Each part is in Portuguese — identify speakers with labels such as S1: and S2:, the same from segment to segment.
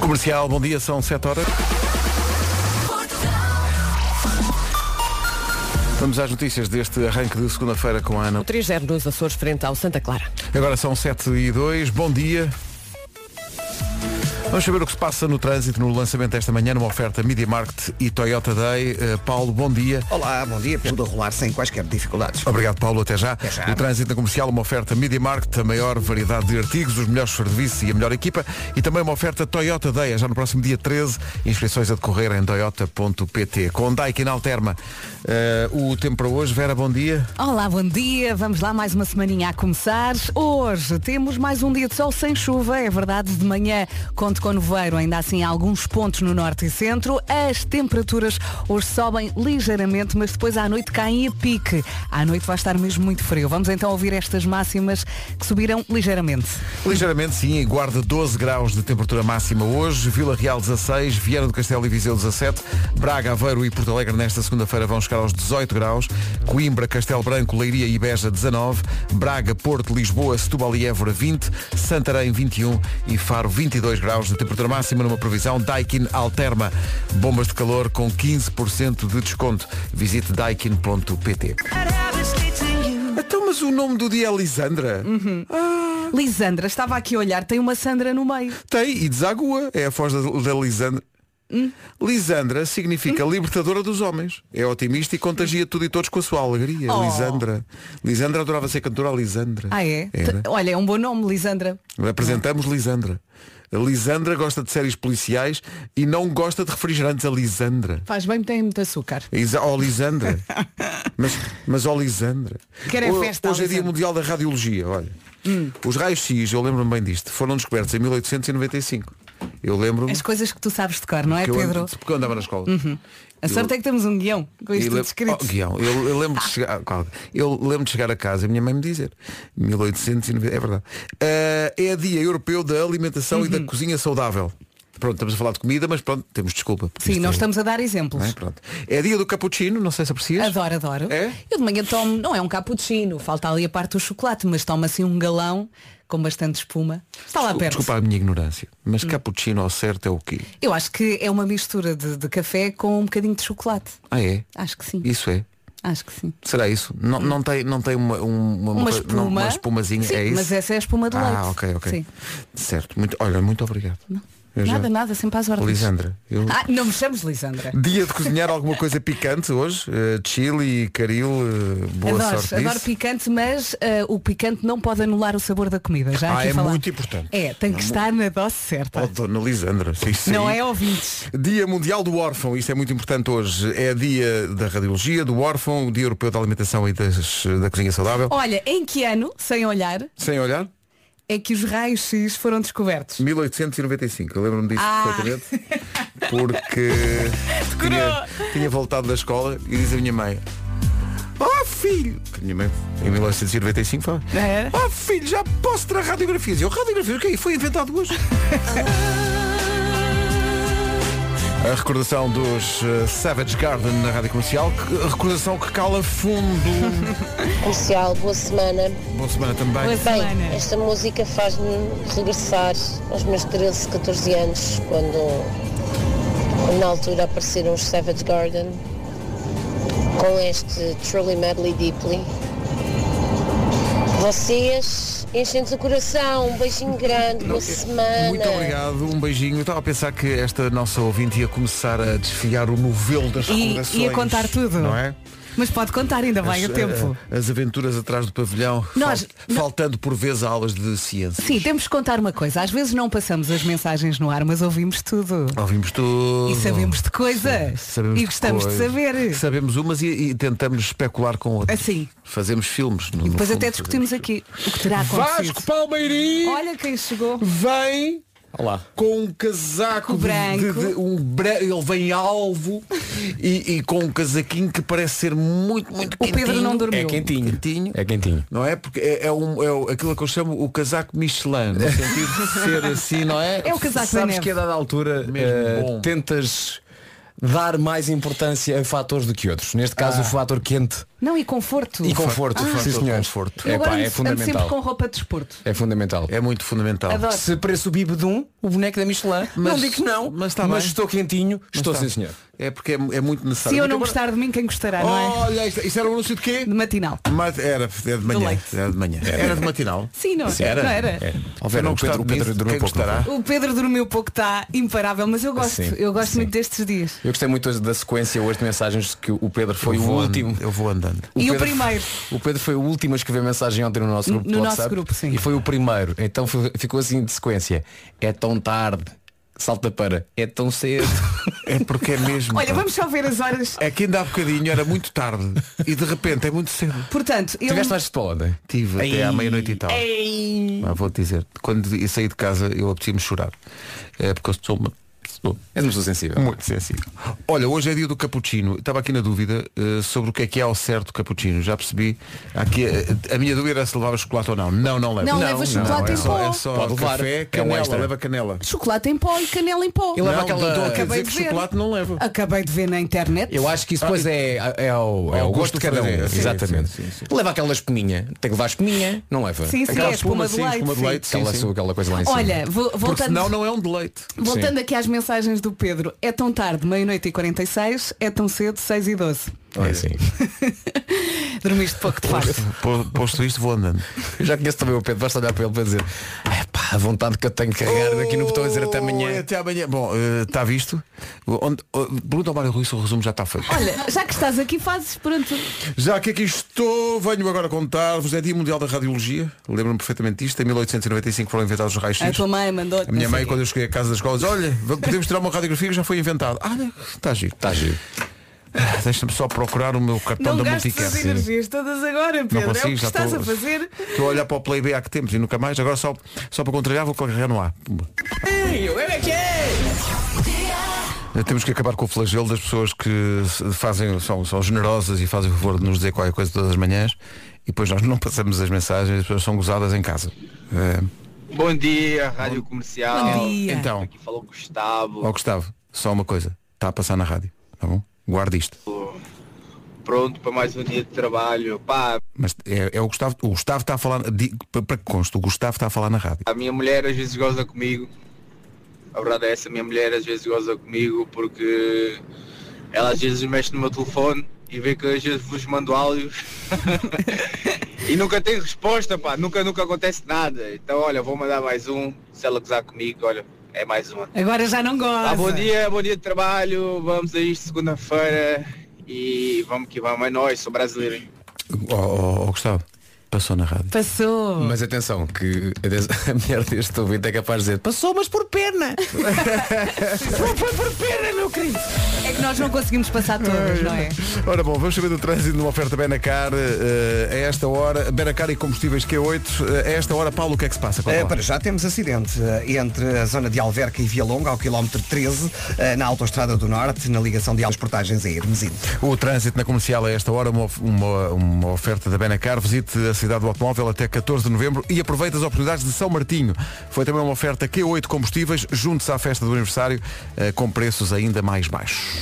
S1: Comercial, bom dia, são 7 horas. Vamos às notícias deste arranque de segunda-feira com a Ana.
S2: O 3-0 nos Açores frente ao Santa Clara.
S1: Agora são 7 e 2, bom dia. Vamos saber o que se passa no trânsito no lançamento desta manhã, numa oferta Media Market e Toyota Day. Eh, Paulo, bom dia.
S3: Olá, bom dia. Tudo a rolar sem quaisquer dificuldades.
S1: Obrigado, Paulo. Até já.
S3: Até já.
S1: O trânsito na comercial, uma oferta Media Market, a maior variedade de artigos, os melhores serviços e a melhor equipa. E também uma oferta Toyota Day, já no próximo dia 13. Inscrições a decorrer em toyota.pt. Com Daikin Alterma, eh, o tempo para hoje. Vera, bom dia.
S4: Olá, bom dia. Vamos lá, mais uma semaninha a começar. Hoje temos mais um dia de sol sem chuva, é verdade. De manhã conto com nevoeiro, ainda assim há alguns pontos no norte e centro. As temperaturas hoje sobem ligeiramente, mas depois à noite caem a pique. À noite vai estar mesmo muito frio. Vamos então ouvir estas máximas que subiram ligeiramente.
S1: Ligeiramente sim, em Guarda 12 graus de temperatura máxima hoje, Vila Real 16, Viana do Castelo e Viseu 17, Braga, Aveiro e Porto Alegre nesta segunda-feira vão chegar aos 18 graus, Coimbra, Castelo Branco, Leiria e Beja 19, Braga, Porto, Lisboa, Setúbal e Évora 20, Santarém 21 e Faro 22 graus de temperatura máxima numa previsão Daikin Alterma. Bombas de calor com 15% de desconto. Visite daikin.pt. Então, mas o nome do dia é Lisandra?
S4: Lisandra, estava aqui a olhar, tem uma Sandra no meio.
S1: Tem, e deságua. É a voz da, da Lisandra.
S4: Hum.
S1: Lisandra significa libertadora dos homens. É otimista e contagia tudo e todos com a sua alegria.
S4: Hum. Oh.
S1: Lisandra. Lisandra adorava ser cantora a Lisandra.
S4: Ah, é?
S1: Era.
S4: T- Olha, é um bom nome, Lisandra.
S1: Apresentamos Lisandra. A Lisandra gosta de séries policiais e não gosta de refrigerantes a Lisandra.
S4: Faz bem, tem muito açúcar.
S1: Isa- Oh Lisandra. mas, mas oh Lisandra.
S4: Quero é
S1: Ho-
S4: festa,
S1: Hoje é dia
S4: Lisandra. Hum.
S1: mundial da radiologia, olha. Os raios X, eu lembro-me bem disto, foram descobertos em 1895. Eu lembro-me.
S4: As coisas que tu sabes de cor, não é,
S1: que eu
S4: Pedro?
S1: ando- porque eu andava na escola.
S4: A sorte é que temos um guião com isto
S1: Eu
S4: tudo
S1: lem-
S4: escrito.
S1: Oh, guião. Eu, eu
S4: Ah.
S1: lembro de chegar, claro, eu lembro de chegar a casa e a minha mãe me dizer 1890, é verdade. Ah, é dia europeu da alimentação e da
S4: Uhum.
S1: cozinha saudável. Pronto, estamos a falar de comida, mas pronto, temos desculpa. porque
S4: Sim,
S1: isto
S4: nós
S1: é-
S4: estamos a dar exemplos.
S1: não É, pronto. é dia do cappuccino, não sei se aprecias.
S4: Adoro, adoro.
S1: É?
S4: Eu de manhã tomo, não é um cappuccino, falta ali a parte do chocolate, mas tomo assim um galão com bastante espuma. Está lá perto.
S1: Desculpa a minha ignorância,
S4: Hum.
S1: mas cappuccino ao certo é o quê?
S4: Eu acho que é uma mistura de, de café com um bocadinho de chocolate.
S1: Ah, é?
S4: Acho que sim.
S1: Isso é.
S4: Acho que sim.
S1: Será isso? Não, não tem, não tem uma, um- uma,
S4: Uma
S1: coisa-
S4: espuma.
S1: não, uma espumazinha?
S4: Sim,
S1: é isso?
S4: mas essa é a espuma de leite.
S1: Ah, ok, ok.
S4: Sim.
S1: Certo. Muito, olha, muito obrigado. Eu já-
S4: Nada, nada, sempre às ordens.
S1: Lisandra, eu-
S4: Ah, não me chames Lisandra.
S1: Dia de cozinhar alguma coisa picante hoje. eh, chili, caril, eh, boa
S4: adoro,
S1: sorte.
S4: É adoro
S1: nisso.
S4: picante, mas ah, o picante não pode anular o sabor da comida. Já
S1: Ah,
S4: aqui
S1: é
S4: falar.
S1: muito importante.
S4: É, tem que estar na dose certa.
S1: Oh, dona Lisandra, sim, sim.
S4: Não é ouvintes.
S1: Dia Mundial do Órfão, isto é muito importante hoje. É dia da radiologia, do órfão, o dia europeu da alimentação e das- da cozinha saudável.
S4: Olha, em que ano, sem olhar,
S1: Sem olhar,
S4: é que os raios X foram descobertos?
S1: 1895, eu lembro-me disso
S4: Ah.
S1: perfeitamente. Porque tinha, tinha voltado da escola e diz a minha mãe, oh filho, que a minha mãe em 1995 fala,
S4: É.
S1: oh filho, já posso tirar radiografias. E Eu, radiografias, o que é? Foi inventado hoje. A recordação dos eh, Savage Garden na Rádio Comercial, que- recordação que cala fundo.
S5: Comercial, boa semana.
S1: Boa semana também.
S4: Boa
S5: Bem,
S4: semana.
S5: esta música faz-me regressar aos meus 13, 14 anos, quando, quando na altura apareceram os Savage Garden com este Truly Madly Deeply. Vocês enchem-nos o coração, um beijinho grande, boa
S4: É,
S5: semana.
S1: Muito
S4: né?
S1: obrigado, um beijinho. Eu estava a pensar que esta nossa ouvinte ia começar a desfiar o novelo das
S4: E
S1: recordações.
S4: ia contar tudo.
S1: Não é?
S4: Mas pode contar, ainda vai a
S1: As-
S4: tempo.
S1: a- As aventuras atrás do pavilhão,
S4: Nós-
S1: fal- faltando por vezes a aulas de ciência.
S4: Sim, temos que contar uma coisa. Às vezes não passamos as mensagens no ar, mas ouvimos tudo.
S1: Ouvimos tudo.
S4: E sabemos de coisas.
S1: Sabemos
S4: e gostamos de,
S1: coisas.
S4: saber.
S1: Sabemos umas e, e tentamos especular com outras.
S4: Assim.
S1: Fazemos filmes. No,
S4: E depois
S1: no fundo,
S4: até discutimos aqui o que terá
S1: fazemos.
S4: acontecido.
S1: Vasco Palmeirim
S4: Olha quem chegou.
S1: vem com um casaco de-
S4: branco.
S1: de- de- um bra- ele vem alvo e, e com um casaquinho que parece ser muito, muito
S4: O Pedro não dormiu.
S6: É quentinho.
S1: Quentinho.
S6: É quentinho.
S1: Não é? Porque é, é um, é o- aquilo que eu chamo o casaco Michelin, no sentido de ser assim, não é?
S4: É o casaco da
S6: Sabes
S4: neve.
S6: que a dada altura
S1: Mesmo
S6: eh,
S1: bom.
S6: tentas dar mais importância a fatores do que outros. Neste caso Ah. o fator quente
S4: Não, e conforto.
S6: E conforto,
S1: Ah.
S6: sim
S1: Sim,
S6: senhor.
S1: senhores.
S6: Conforto.
S4: Eu
S6: É,
S4: agora
S6: pá,
S4: ando-
S6: é
S4: ando sempre com
S6: fundamental.
S4: roupa de desporto.
S6: É fundamental.
S1: É muito fundamental.
S4: Adoro.
S6: Se preço o Bibedum, o boneco da Michelin,
S1: Mas-
S6: não digo que não,
S1: mas
S6: mas, tá
S1: está bem.
S6: estou quentinho, estou
S1: Mas
S6: sim
S1: está.
S6: senhor.
S1: É porque é, é muito necessário.
S4: Se eu
S1: Muito
S4: não
S1: agora-
S4: gostar de mim, quem gostará, não
S6: Oh.
S4: é?
S1: Olha, isto, isto era um anúncio de quê?
S4: De matinal.
S1: Mas era, era de manhã.
S4: leite.
S1: Era de manhã. Era, de matinal.
S4: Sim, não,
S6: Sim,
S4: não era?
S6: É.
S1: Ao ver,
S6: Vera,
S1: não
S6: o
S1: gostar
S6: Pedro, o Pedro
S1: disso,
S6: durou
S1: quem
S6: pouco. não
S1: gostará?
S6: foi?
S4: O Pedro dormiu pouco, está imparável, mas eu gosto.
S6: Sim,
S4: eu gosto
S6: sim.
S4: muito destes dias.
S6: Eu gostei muito hoje da sequência hoje de mensagens que o Pedro foi
S1: Eu
S6: o
S1: vou and-
S6: último.
S1: Eu vou andando.
S4: E o
S6: Pedro-
S4: primeiro.
S6: O Pedro foi o último a escrever mensagem ontem no nosso grupo
S4: No
S6: do
S4: nosso
S6: WhatsApp,
S4: grupo, sim.
S6: E foi o primeiro. Então foi- ficou assim de sequência. É tão tarde. Salta para. É tão cedo.
S1: É porque é mesmo.
S4: Olha, vamos só ver as horas.
S1: É que ainda há bocadinho era muito tarde e de repente é muito cedo.
S4: Portanto, eu.
S6: Tiveste mais futebol ontem?
S1: Tive até
S6: Ei.
S1: à meia-noite e tal. Ah, Vou-te dizer, quando eu saí de casa eu apetecia-me chorar. É porque eu sou uma pessoa
S6: És uma pessoa sensível.
S1: muito sensível. Olha, hoje é dia do cappuccino. Estava aqui na dúvida eh, sobre o que é que é ao certo cappuccino. Já percebi. Aqui, eh, a minha dúvida era se levava chocolate ou não. Não, não leva.
S4: Não, leva chocolate
S1: é
S4: em
S1: só,
S4: pó.
S1: é só
S6: Pode levar.
S1: café,
S6: É um
S1: canela,
S6: extra.
S1: leva canela.
S4: Chocolate em pó e canela em pó.
S6: Ele- Leva
S1: não,
S6: aquela-
S1: estou aqui a
S4: Acabei
S1: dizer que
S4: de ver.
S1: chocolate não leva.
S4: Acabei de ver na internet.
S6: Eu acho que isso
S1: Ah,
S6: depois é, é, ao, é ao gosto de cada um.
S1: fazer. Sim,
S6: Exatamente.
S1: sim, sim, sim.
S6: Leva aquela espuminha. Tem que levar espuminha. Não leva.
S4: Sim, sim,
S1: Aquela
S4: é espuma de
S1: espuma, sim,
S4: leite.
S1: espuma de
S4: sim.
S1: leite. Sim,
S6: Aquela,
S1: sim.
S6: sua- aquela coisa lá em cima.
S4: Olha, vou-
S1: Porque
S4: voltando,
S1: senão não é um deleite.
S4: voltando aqui às mensagens do Pedro. É tão tarde, meia-noite e 46, é tão cedo, 6 e 12.
S6: É assim.
S4: Dormiste pouco, de facto.
S1: Po- Posto isto, vou andando.
S6: Eu já conheço também o Pedro, basta olhar para ele para dizer "É pá, a vontade que eu tenho de carregar daqui no botão a dizer até
S1: Oh,
S6: amanhã.
S1: Até amanhã. Bom, eh, está visto. Onde, oh, pergunta ao Mário Rui se o resumo já está feito.
S4: Olha, já que estás aqui, fazes pronto.
S1: Já que aqui estou, venho agora contar-vos. É Dia Mundial da Radiologia. Lembro-me perfeitamente disto. Em 1895 foram inventados os raios
S4: A
S1: X.
S4: tua mãe mandou
S1: A minha mãe, quando eu cheguei à casa da escola, disse, olha, v- podemos tirar uma radiografia que já foi inventada. Ah, não, está giro.
S6: Está Tá giro.
S1: Ah, Deixa-me só procurar o meu cartão
S4: Não
S1: da
S4: gastes
S1: Multicare.
S4: as
S1: é, Sim.
S4: energias todas agora, Pedro.
S1: consigo,
S4: é o que
S1: já
S4: estás
S1: estou-
S4: a fazer.
S1: Estou a olhar para o Play B há que tempos e nunca mais. Agora só, só para contrariar vou carregar no A. Pumba. Temos que acabar com o flagelo das pessoas que se- fazem, são, são generosas e fazem o favor de nos dizer qualquer coisa todas as manhãs e depois nós não passamos as mensagens, as pessoas são gozadas em casa. É,
S7: Bom dia, Rádio Comercial.
S4: Bom dia.
S1: então,
S7: Aqui falou Gustavo.
S1: ó Gustavo, só uma coisa, está a passar na rádio, tá bom? Guarda isto.
S7: Pronto para mais um dia de trabalho. Pá,
S1: Mas é, é o Gustavo, o Gustavo está a falar, di- pa- para que conste, o Gustavo está a falar na rádio.
S7: a minha mulher às vezes goza comigo. A verdade é essa, a minha mulher às vezes goza comigo porque ela às vezes mexe no meu telefone e vê que às vezes vos mando áudios e nunca tem resposta, pá, nunca, nunca acontece nada. Então olha, vou mandar mais um, se ela gozar comigo, olha, é mais uma.
S4: Agora já não gosta.
S7: Ah, bom dia, bom dia de trabalho, vamos a isto segunda-feira e vamos que vamos, é nós, sou brasileiro. hein?
S1: Ó ó, ó, Gustavo, passou na rádio.
S4: Passou.
S6: Mas atenção, que a des- a mulher deste ouvinte é capaz de dizer passou, mas por pena.
S4: É que nós não conseguimos passar todas, não é?
S1: Ora bom, vamos saber do trânsito numa oferta Benacar eh, a esta hora, Benacar e combustíveis Q8, eh, a esta hora, Paulo, o que é que se passa? Conta
S3: Eh,
S1: lá.
S3: para já temos acidente eh, entre a zona de Alverca e Via Longa, ao quilómetro 13, eh, na Autostrada do Norte, na ligação de Alves Portagens a Hermesino.
S1: O trânsito na comercial a esta hora, uma, of- uma- uma oferta da Benacar. Visite a cidade do automóvel até 14 de novembro e aproveite as oportunidades de São Martinho. Foi também uma oferta Q8 Combustíveis, junte-se à festa do aniversário eh, com preços ainda mais baixos.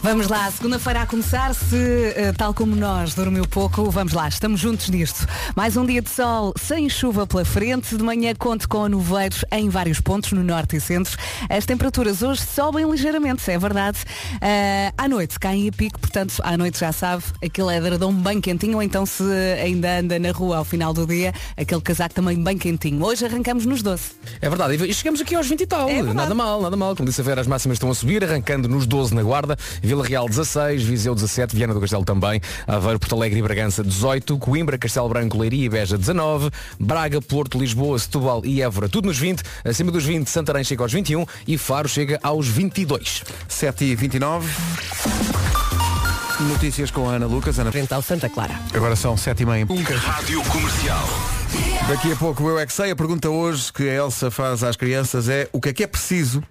S4: Vamos lá, segunda-feira a começar, se eh, tal como nós dormiu pouco, vamos lá, estamos juntos nisto. Mais um dia de sol, sem chuva pela frente, de manhã conto com nuveiros em vários pontos, no norte e centro. As temperaturas hoje sobem ligeiramente, é verdade. Eh, à noite caem a pico, portanto, à noite já sabe, aquele edredom bem quentinho, ou então se ainda anda na rua ao final do dia, aquele casaco também bem quentinho. Hoje arrancamos nos 12.
S6: É verdade, e chegamos aqui aos 20 e tal.
S4: É verdade.
S6: nada mal, nada mal. Como disse a Vera, as máximas estão a subir, arrancando nos 12 na Guarda, Vila Real 16, Viseu 17, Viana do Castelo também, Aveiro, Porto Alegre e Bragança 18, Coimbra, Castelo Branco, Leiria e Beja 19, Braga, Porto, Lisboa, Setúbal e Évora, tudo nos 20, acima dos 20, Santarém chega aos 21 e Faro chega aos 22.
S1: 7 e 29 Notícias com a Ana Lucas. Ana...
S2: Frente ao Santa Clara.
S1: Agora são 7 e meia. Daqui a pouco eu é que sei. A pergunta hoje que a Elsa faz às crianças é o que é que é preciso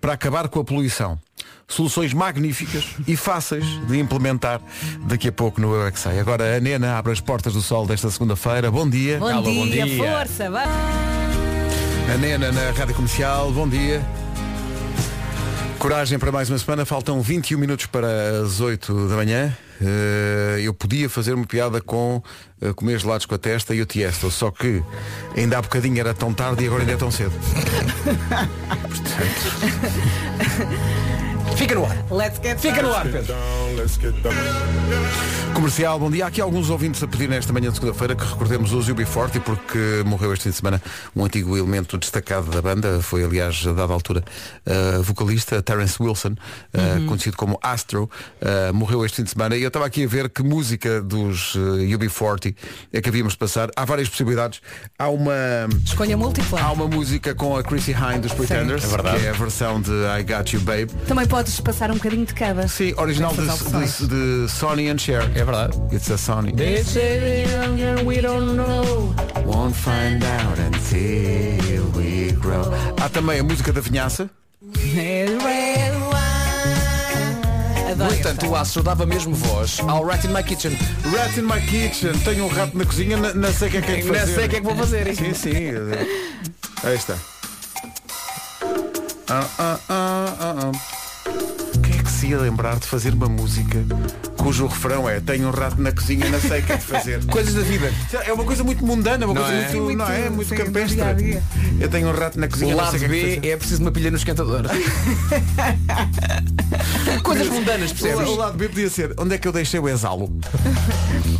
S1: para acabar com a poluição? Soluções magníficas e fáceis de implementar daqui a pouco no Eu é que sei. Agora a Nena abre as portas do sol desta segunda-feira. Bom dia.
S4: Bom,
S6: Gala, bom
S4: dia,
S6: dia.
S4: força, vamos!
S1: A Nena na Rádio Comercial. Bom dia. Coragem para mais uma semana, faltam 21 minutos para as 8 da manhã. Eh, eu podia fazer uma piada com eh, comer gelados com a testa e o tiesto, só que ainda há bocadinho era tão tarde e agora ainda é tão cedo. Portanto,
S6: Fica no ar.
S4: Let's get
S6: Fica no ar, Pedro.
S1: comercial, bom dia. Há aqui alguns ouvintes a pedir nesta manhã de segunda-feira que recordemos o Zubi Forte porque morreu este fim de semana um antigo elemento destacado da banda, foi aliás a dada altura eh, vocalista Terence Wilson, eh, conhecido como Astro, eh, morreu este fim de semana e eu estava aqui a ver que música dos eh, UB40 é que havíamos de passar. Há várias possibilidades. Há uma.
S4: Escolha múltipla.
S1: Há uma música com a Chrissy Hine dos Pretenders, que é a versão de I Got You Babe.
S4: Também podes passar um bocadinho de cada.
S1: Sim, original de,
S4: Essas opções.
S1: de, de Sony and Cher.
S6: É verdade.
S1: It's a Sony. Won't find out until we grow. Há também a música da vinhaça.
S6: No
S4: Adoro
S6: entanto, o Astro dava mesmo voz ao Rat in My Kitchen.
S1: Rat in my kitchen. Tenho um rato na cozinha, não, não sei o que é que é que
S6: Não
S1: fazer.
S6: sei o que é que vou fazer.
S1: Sim, sim. Aí está. Ah, ah, ah, ah, ah. Quem é que se ia lembrar de fazer uma música cujo refrão é Tenho um rato na cozinha, não sei o que é de fazer.
S6: Coisas da vida.
S1: É uma coisa muito mundana, uma
S6: Não
S1: coisa
S6: é?
S1: muito,
S6: Sim,
S4: muito-
S1: não é? muito
S4: sim, do
S1: campestre.
S4: dia a dia.
S1: Eu tenho um rato na cozinha,
S6: O
S1: não
S6: lado
S1: sei o que é que
S6: B é preciso uma pilha no esquentador. Coisas mundanas,
S1: fazer.
S6: percebes?
S1: O, o lado B podia ser onde é que eu deixei o exalo?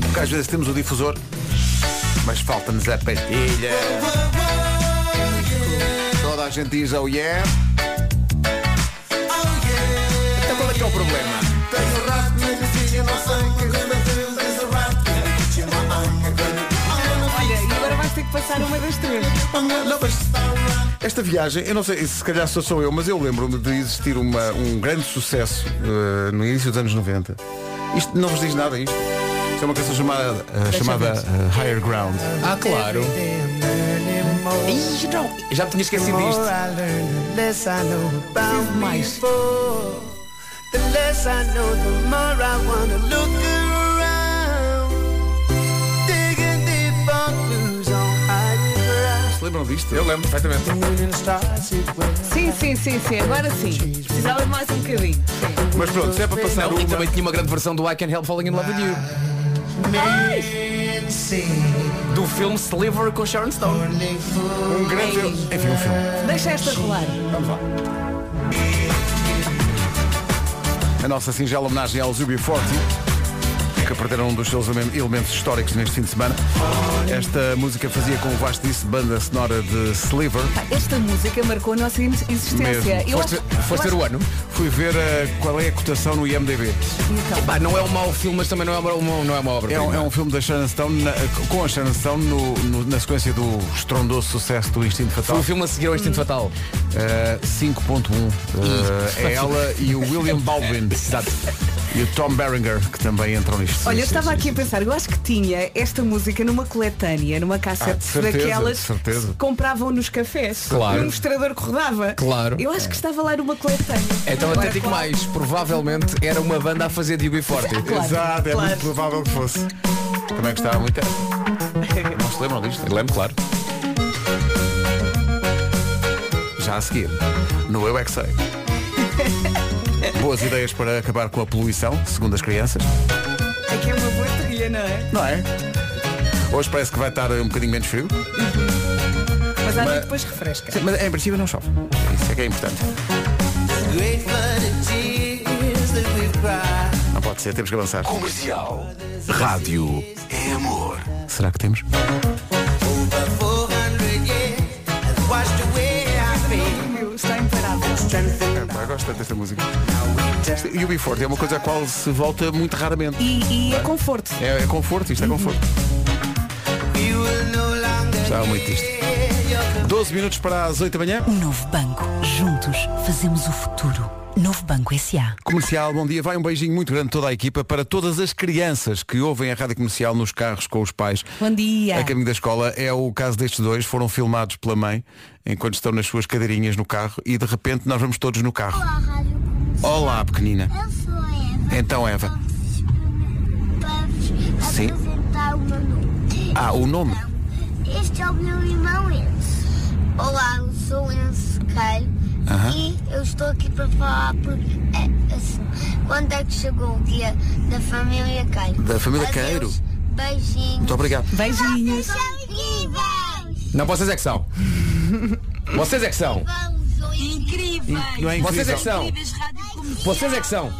S1: Porque às vezes temos o difusor, mas falta-nos a pastilha. Toda a gente diz oh yeah. Então qual é que é o problema? Tenho um rato na cozinha, não sei o que é que fazer. There's a rat in the kitchen, I'm gonna-
S4: Olha, É, e agora vais ter que passar uma das três.
S1: Não, mas esta viagem, eu não sei, se calhar só sou eu, mas eu lembro-me de existir uma- um grande sucesso eh, no início dos anos 90. Isto não vos diz nada, isto. Isto é uma canção chamada, eh, chamada eh, Higher Ground.
S6: Ah, claro. Ih, não. Já me tinha esquecido disto.
S4: Mais.
S1: Se lembram disto?
S6: Eu lembro perfeitamente.
S4: Sim, sim, sim, sim. Agora sim. Precisava de mais um bocadinho. Sim.
S1: Mas pronto, se é para passar
S6: Não, e
S1: uma.
S6: também tinha uma grande versão do I Can Help Falling in Love with You. Do filme Sliver com Sharon Stone.
S1: Um grande. Enfim, um filme.
S4: Deixa esta rolar.
S1: Vamos lá. A nossa singela homenagem ao Zubi Forte, um que perderam um dos seus elemen- elementos históricos neste fim de semana. Esta música fazia, como o Vasco disse, banda sonora de Sliver.
S4: Pá, Esta música marcou a nossa in- existência.
S1: Mesmo.
S4: Eu
S6: Foste,
S4: acho-
S6: foste
S4: eu
S6: ver o
S4: acho-
S6: ano?
S1: Fui ver eh, qual é a cotação no IMDB.
S4: Então,
S6: Pá, não é um mau filme, mas também não é uma, uma- não é uma obra.
S1: É um, é um filme da Sharon Stone, na- com a Sharon Stone, no- no- na sequência do estrondoso sucesso do Instinto
S6: Foi
S1: Fatal.
S6: o filme a seguir ao Instinto Fatal.
S1: Eh, 5.1. Eh, é ela e o William Baldwin. Exato. E o Tom Berenger, que também entram nisto.
S4: Olha, eu estava aqui a pensar, eu acho que tinha esta música numa coletânea, numa
S1: Ah,
S4: cassete
S1: de certeza,
S4: daquelas
S1: de certeza.
S4: que compravam nos cafés.
S6: Claro.
S4: No mostrador que rodava.
S6: Claro.
S4: Eu acho que estava lá numa coletânea.
S1: É
S6: Então
S4: Agora,
S6: até digo
S4: claro,
S6: mais, provavelmente era uma banda a fazer de UB40.
S4: Claro,
S1: Exato, é
S4: claro.
S1: muito provável que fosse. Também gostava muito. dessa. Não se lembram disto?
S6: Lembro, claro.
S1: Já a seguir, no Eu É Que Sei. Boas ideias para acabar com a poluição, segundo as crianças.
S4: É que é uma boa trilha, não é?
S1: Não é? Hoje parece que vai estar um bocadinho menos frio.
S4: Mas à noite depois refresca.
S1: Sim, mas em princípio não chove. Isso é que é importante. Não pode ser, temos que avançar.
S8: Comercial. Rádio é amor.
S1: Será que temos?
S4: Meu, está imparável.
S1: É, Eu gosto tanto desta música. E o Biforte é uma coisa a qual se volta muito raramente.
S4: E, e é conforto.
S1: É, é conforto, isto é conforto. Gostava muito disto. 12 minutos para as 8 da manhã.
S9: Novo Banco. Juntos fazemos o futuro. Novo Banco S.A.
S1: Comercial, bom dia. Vai um beijinho muito grande a toda a equipa para todas as crianças que ouvem a rádio comercial nos carros com os pais.
S4: Bom dia.
S1: A caminho da escola é o caso destes dois, foram filmados pela mãe enquanto estão nas suas cadeirinhas no carro e de repente nós vamos todos no carro.
S10: Olá, Rádio Comercial.
S1: Olá, pequenina.
S10: Eu sou a Eva.
S1: Então, Eva.
S10: Para vos
S1: Sim.
S10: apresentar o meu nome.
S1: Ah, o nome?
S10: Então, este é o meu irmão Enzo. Olá, eu sou o Enzo Caio e eu estou aqui para falar porque é assim. Quando é que chegou o dia da família Queiro?
S1: Da família Queiro.
S10: Adeus, Beijinhos.
S1: Muito obrigado.
S10: Vocês
S4: Beijinhos.
S10: são incríveis!
S6: Não, vocês é que são. Vocês é que são.
S10: Vamos, são incríveis!
S1: Não é incrível?
S6: Vocês é que são. Vocês é que são.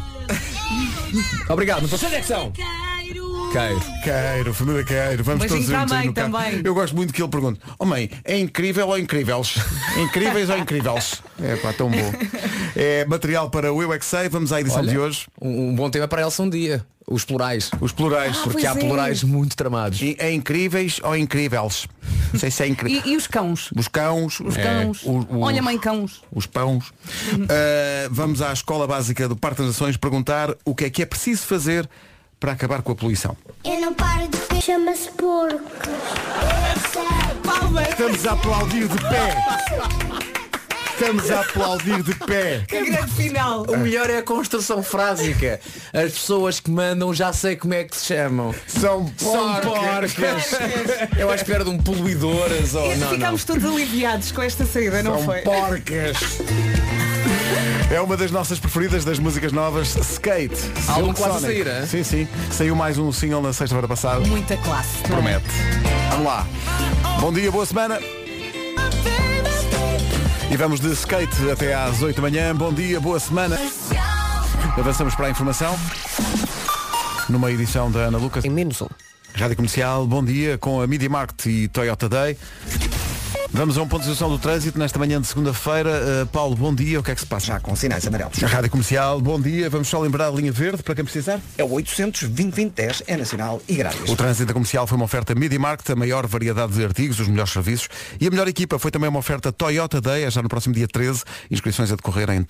S6: Obrigado, mas vocês é que são. Queiro.
S1: Queiro, família Queiro, vamos
S4: Beijinho
S1: todos
S4: para a
S1: juntos aí
S4: mãe
S1: no carro.
S4: também.
S1: Eu gosto muito que ele pergunte, oh mãe, é incrível ou incríveis? incríveis ou incríveis? É pá, tão bom. É material para o Eu é que sei, vamos à edição
S6: Olha,
S1: de hoje.
S6: Um, um bom tema para Elsa um dia. Os plurais.
S1: Os plurais.
S6: Porque há
S4: pois é.
S6: plurais muito tramados.
S1: E É incríveis ou incríveis? Não sei se é incrível.
S4: E, e os cãos?
S1: Os cãos, os
S4: Cãos. Olha, mãe, cãos.
S1: os pãos. Uh, vamos à Escola Básica do Parque das Nações perguntar o que é que é preciso fazer para acabar com a poluição.
S10: Eu não paro de ver. Chama-se porco.
S1: Estamos a aplaudir de pé. Estamos a aplaudir de pé.
S4: Grande final.
S6: O melhor é a construção frásica. As pessoas que mandam já sei como é que se chamam.
S1: São
S6: São porcas. Eu à espera de um poluidoras ou não, não.
S4: Ficámos todos aliviados com esta saída, não foi?
S1: porcas. É uma das nossas preferidas das músicas novas, Skate.
S6: Álbum
S1: Silk
S6: quase a
S1: Sonic.
S6: sair, é?
S1: Sim, sim. Saiu mais um single na sexta-feira passada.
S4: Muita classe. é?
S1: Promete. Vamos lá. Bom dia, boa semana. E vamos de skate até às 8 da manhã. Bom dia, boa semana. Avançamos para a informação. Numa edição da Ana Lucas.
S2: Em menos um.
S1: Rádio Comercial, bom dia com a Media Market e Toyota Day. Vamos a um ponto de situação do trânsito nesta manhã de segunda-feira. Uh, Paulo, bom dia. O que é que se passa?
S3: Já com sinais amarelos.
S1: A Rádio Comercial, bom dia. Vamos só lembrar a linha verde para quem precisar.
S3: É o 800 2010 é nacional e grátis.
S1: O trânsito comercial foi uma oferta MediaMarkt, a maior variedade de artigos, os melhores serviços e a melhor equipa. Foi também uma oferta Toyota Day, é já no próximo dia 13. Inscrições a decorrer em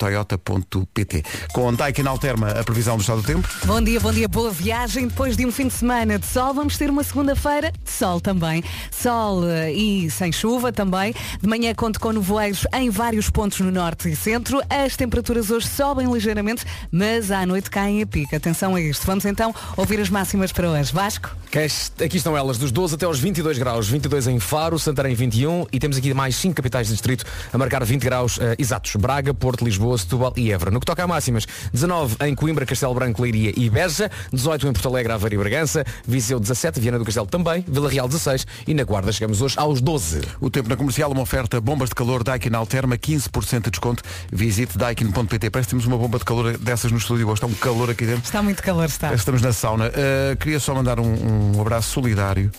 S1: toyota.pt. Com Daikin Alterma, a previsão do estado do tempo.
S4: Bom dia, bom dia, boa viagem. Depois de um fim de semana de sol, vamos ter uma segunda-feira de sol também. Sol eh, e sem chuva também. De manhã conto com nevoeiros em vários pontos no norte e centro. As temperaturas hoje sobem ligeiramente, mas à noite caem a pica. Atenção a isto. Vamos então ouvir as máximas para hoje. Vasco?
S6: Que est- Aqui estão elas, dos 12 até aos 22 graus. 22 em Faro, Santarém 21 e temos aqui mais 5 capitais de distrito a marcar 20 graus eh, exatos. Braga, Porto, Lisboa, Setúbal e Évora. No que toca a máximas, 19 em Coimbra, Castelo Branco, Leiria e Beja, 18 em Porto Alegre, Aveiro e Bragança, Viseu 17, Viana do Castelo também, Vila Real 16 e na Guarda chegamos hoje aos 12.
S1: O tempo na comercial, uma oferta bombas de calor Daikin Alterma, 15% de desconto. Visite daikin.pt. Parece que temos uma bomba de calor dessas no estúdio hoje. Está um calor aqui dentro.
S4: Está muito calor, está.
S1: Estamos na sauna. Uh, queria só mandar um, um abraço solidário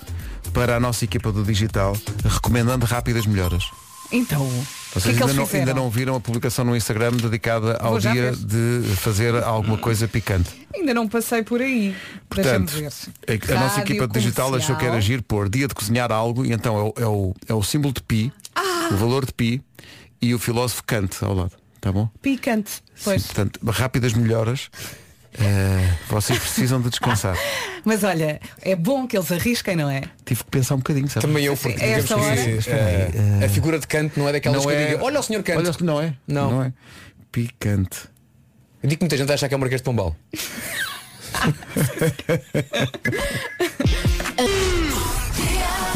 S1: para a nossa equipa do digital, recomendando rápidas melhoras.
S4: Então, o que é
S1: Vocês
S4: que
S1: ainda,
S4: eles
S1: não,
S4: fizeram?
S1: ainda não viram a publicação no Instagram dedicada ao
S4: Vou já
S1: dia
S4: ver.
S1: de fazer alguma coisa picante.
S4: Ainda não passei por aí. Deixa-me
S1: Portanto, é
S4: ver.
S1: a, a nossa
S4: Rádio
S1: equipa digital achou que era
S4: Comercial.
S1: agir por dia de cozinhar algo e então é o, é o, é o símbolo de pi,
S4: Ah!
S1: o valor de pi e o filósofo Kant ao lado. Tá bom?
S4: Picante.
S1: Sim,
S4: Pois.
S1: portanto, rápidas melhoras. Eh, vocês precisam de descansar.
S4: Mas olha, é bom que eles arrisquem, não é?
S1: Tive que pensar um bocadinho, sabe?
S6: Também eu, porque
S4: Sim, é
S6: digamos
S4: esta hora.
S6: que eh, a figura de canto não é daquelas que eu digo, olha o senhor canto.
S1: Olha, não é?
S6: Não.
S1: é. Picante.
S6: Eu digo que muita gente acha que é o Marquês de Pombal.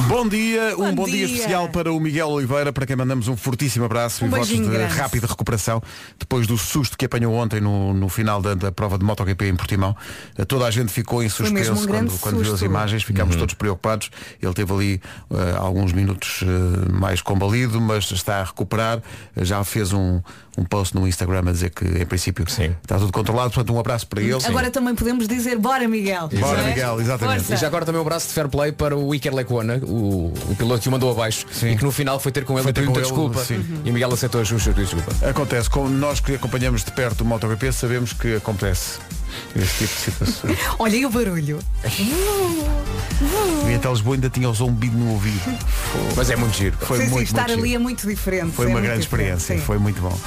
S1: Bom dia, um bom
S4: Bom
S1: dia.
S4: dia.
S1: especial para o Miguel Oliveira, para quem mandamos um fortíssimo abraço
S4: Um
S1: e votos de
S4: beijinho grande.
S1: rápida recuperação depois do susto que apanhou ontem no, no final da, da prova de MotoGP em Portimão. Eh, Toda a gente ficou em
S4: mesmo um
S1: suspenso
S4: grande
S1: quando, quando viu as
S4: susto.
S1: imagens, ficámos todos preocupados. Ele teve ali eh, alguns minutos eh, mais combalido, mas está a recuperar. Já fez um, um post no Instagram a dizer que, em princípio,
S6: Sim.
S1: está tudo controlado. Portanto, um abraço para ele.
S4: Agora também podemos dizer bora Miguel.
S1: Bora,
S4: não é?
S1: Miguel, exatamente.
S4: Força.
S6: E já agora também um abraço de fair play para o Iker Lecuona, o, o piloto que o mandou abaixo e que no final foi ter com ele
S1: Foi
S6: e
S1: ter
S6: pediu
S1: com ele,
S6: desculpa.
S1: sim.
S6: E o Miguel aceitou as suas desculpa.
S1: Acontece, como nós que acompanhamos de perto o MotoGP, sabemos que acontece este tipo de situação.
S4: Olha aí o barulho.
S1: E até Lisboa ainda tinha o zumbido no ouvido.
S6: Mas é muito giro.
S1: Foi
S4: Sim, sim,
S1: muito,
S4: estar
S1: muito
S4: ali
S1: giro.
S4: é muito diferente.
S1: Foi
S4: é
S1: uma
S4: muito
S1: grande
S4: diferente,
S1: experiência,
S4: sim.
S1: foi muito bom.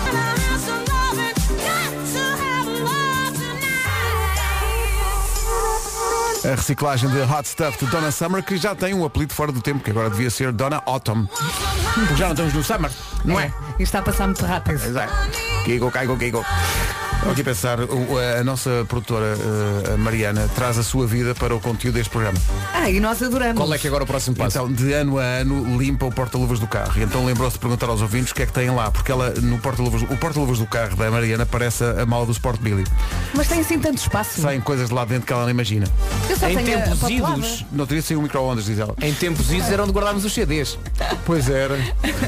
S1: A reciclagem de Hot Stuff de Donna Summer, que já tem um apelido fora do tempo, que agora devia ser Donna Autumn. Porque já não estamos no Summer, não é?
S4: E está a passar muito rápido.
S1: Exato. Kigo, caigo, Kigo. Estava aqui a pensar, o- a, a nossa produtora eh, a Mariana traz a sua vida para o conteúdo deste programa.
S4: Ah, e nós adoramos.
S6: Qual é que é agora o próximo passo?
S1: Então, de ano a ano, limpa o porta-luvas do carro. E Então lembrou-se de perguntar aos ouvintes o que é que tem lá, porque ela, no porta-luvas, o porta-luvas do carro da Mariana parece a a mala do Sport Billy.
S4: Mas tem assim tanto espaço.
S1: Saem coisas de lá dentro que ela não imagina.
S4: Eu só
S6: Em
S4: tenho a- a
S6: tempos
S4: papelada.
S6: idos.
S1: Não teria saído o micro-ondas, diz ela.
S6: Em tempos idos era onde guardávamos os CDs.
S1: Pois era.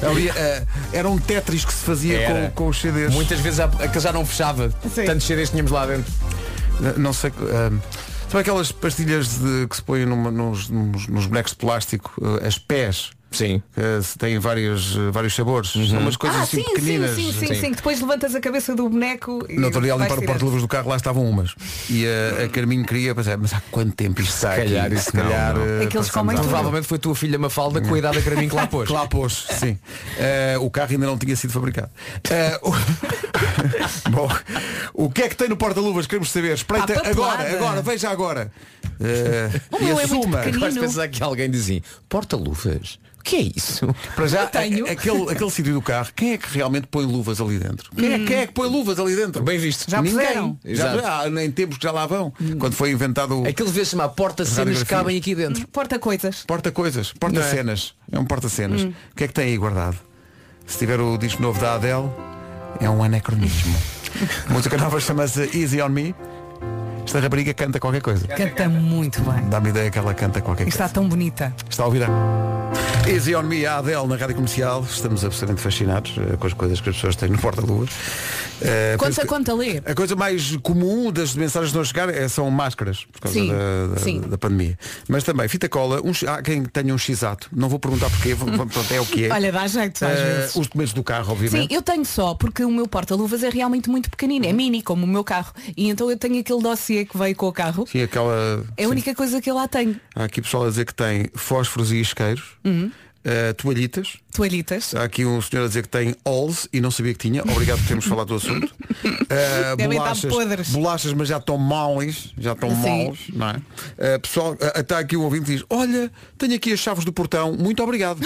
S1: Ali, eh, era um Tetris que se fazia com,
S6: Era.
S1: com os CDs.
S6: Muitas vezes a- aquele já não fechava.
S4: Sim.
S6: Tantos CDs tínhamos lá dentro.
S1: N- Não sei. ehm, sabe aquelas pastilhas de- que se põem numa- nos, nos- nos bonecos de plástico, eh, as pés?
S6: Sim.
S1: que se têm vários, eh, vários sabores. São umas coisas
S4: Ah,
S1: assim
S4: sim, sim,
S1: pequeninas.
S4: sim, sim, sim,
S6: Sim.
S4: que Depois levantas a cabeça do boneco e. Uhum.
S1: Na outro dia, a
S4: vais
S1: limpar o
S4: tirando.
S1: porta-luvas do carro, lá estavam umas. E a, a Carminho queria, mas, é, mas há quanto tempo isto está
S6: calhar,
S1: aqui?
S6: isso não, não.
S1: eh,
S4: Aqueles comem
S1: passamos à-
S6: Então, Provavelmente foi a tua filha Mafalda com a idade a mim que lá pôs.
S1: Que lá pôs, sim. Eh, o carro ainda não tinha sido fabricado. Eh, o... Bom, o que é que tem no porta-luvas? Queremos saber. Espreita
S4: Há Ah, papelada.
S1: agora, agora, veja agora. Eh,
S4: O
S1: e
S4: meu é muito
S1: assuma.
S4: pequenino.
S6: Vais pensar que alguém diz assim, porta-luvas? O que é isso?
S1: Para já,
S4: Eu tenho.
S1: a- aquele, aquele sítio do carro, quem é que realmente põe luvas ali dentro? Quem, é, quem é que põe luvas ali dentro?
S6: Bem visto.
S4: Hum. Já
S1: Ninguém.
S4: puseram? Hum.
S6: Exato. É
S1: Já, ah, nem tempos que já lá vão. Quando foi inventado o
S6: Aquilo vê-se chamar porta-cenas que
S1: Radiografia.
S6: cabem aqui dentro.
S4: Porta-coisas.
S1: porta-coisas, porta-cenas. É? um porta-cenas. O que é que tem aí guardado? Se tiver o disco novo da Adele, é um anacronismo. a música nova chama-se Easy On Me. Esta rapariga canta qualquer coisa.
S4: Canta muito bem.
S1: Dá-me ideia que ela canta qualquer
S4: E
S1: coisa.
S4: Está tão bonita.
S1: Está a ouvir? Easy on me, a Adele na rádio comercial. Estamos absolutamente fascinados eh, com as coisas que as pessoas têm no porta-luvas. Eh, por isso
S4: Conta,
S1: que-
S4: conta, lê.
S1: A coisa mais comum das mensagens que não chegar é, são máscaras, por causa
S4: Sim,
S1: da, da-
S4: sim.
S1: da pandemia. Mas também, fita cola, um, chi- há quem tenha um x-ato, não vou perguntar porquê, vou- vou- pronto, é o que é.
S4: Olha, dá jeito às
S1: Eh,
S4: vezes.
S1: os documentos do carro,
S4: Sim,
S1: obviamente.
S4: eu tenho só, porque o meu porta-luvas é realmente muito pequenino,
S1: Uhum.
S4: é mini, como o meu carro. E então eu tenho aquele dossiê que veio com o carro.
S1: Sim, aquela.
S4: É a
S1: sim.
S4: única coisa que eu lá tenho.
S1: Há aqui pessoal a dizer que tem fósforos e isqueiros,
S4: Uhum.
S1: eh, toalhitas.
S4: Toalhitas.
S1: Há aqui um senhor a dizer que tem Alls e não sabia que tinha. Obrigado por termos falado do assunto. Uh,
S4: Devem estar podres.
S1: bolachas, mas já estão maus, já estão
S4: Sim.
S1: maus, não é? Uh, pessoal, uh, até aqui o ouvinte que diz, olha, tenho aqui as chaves do portão, muito obrigado.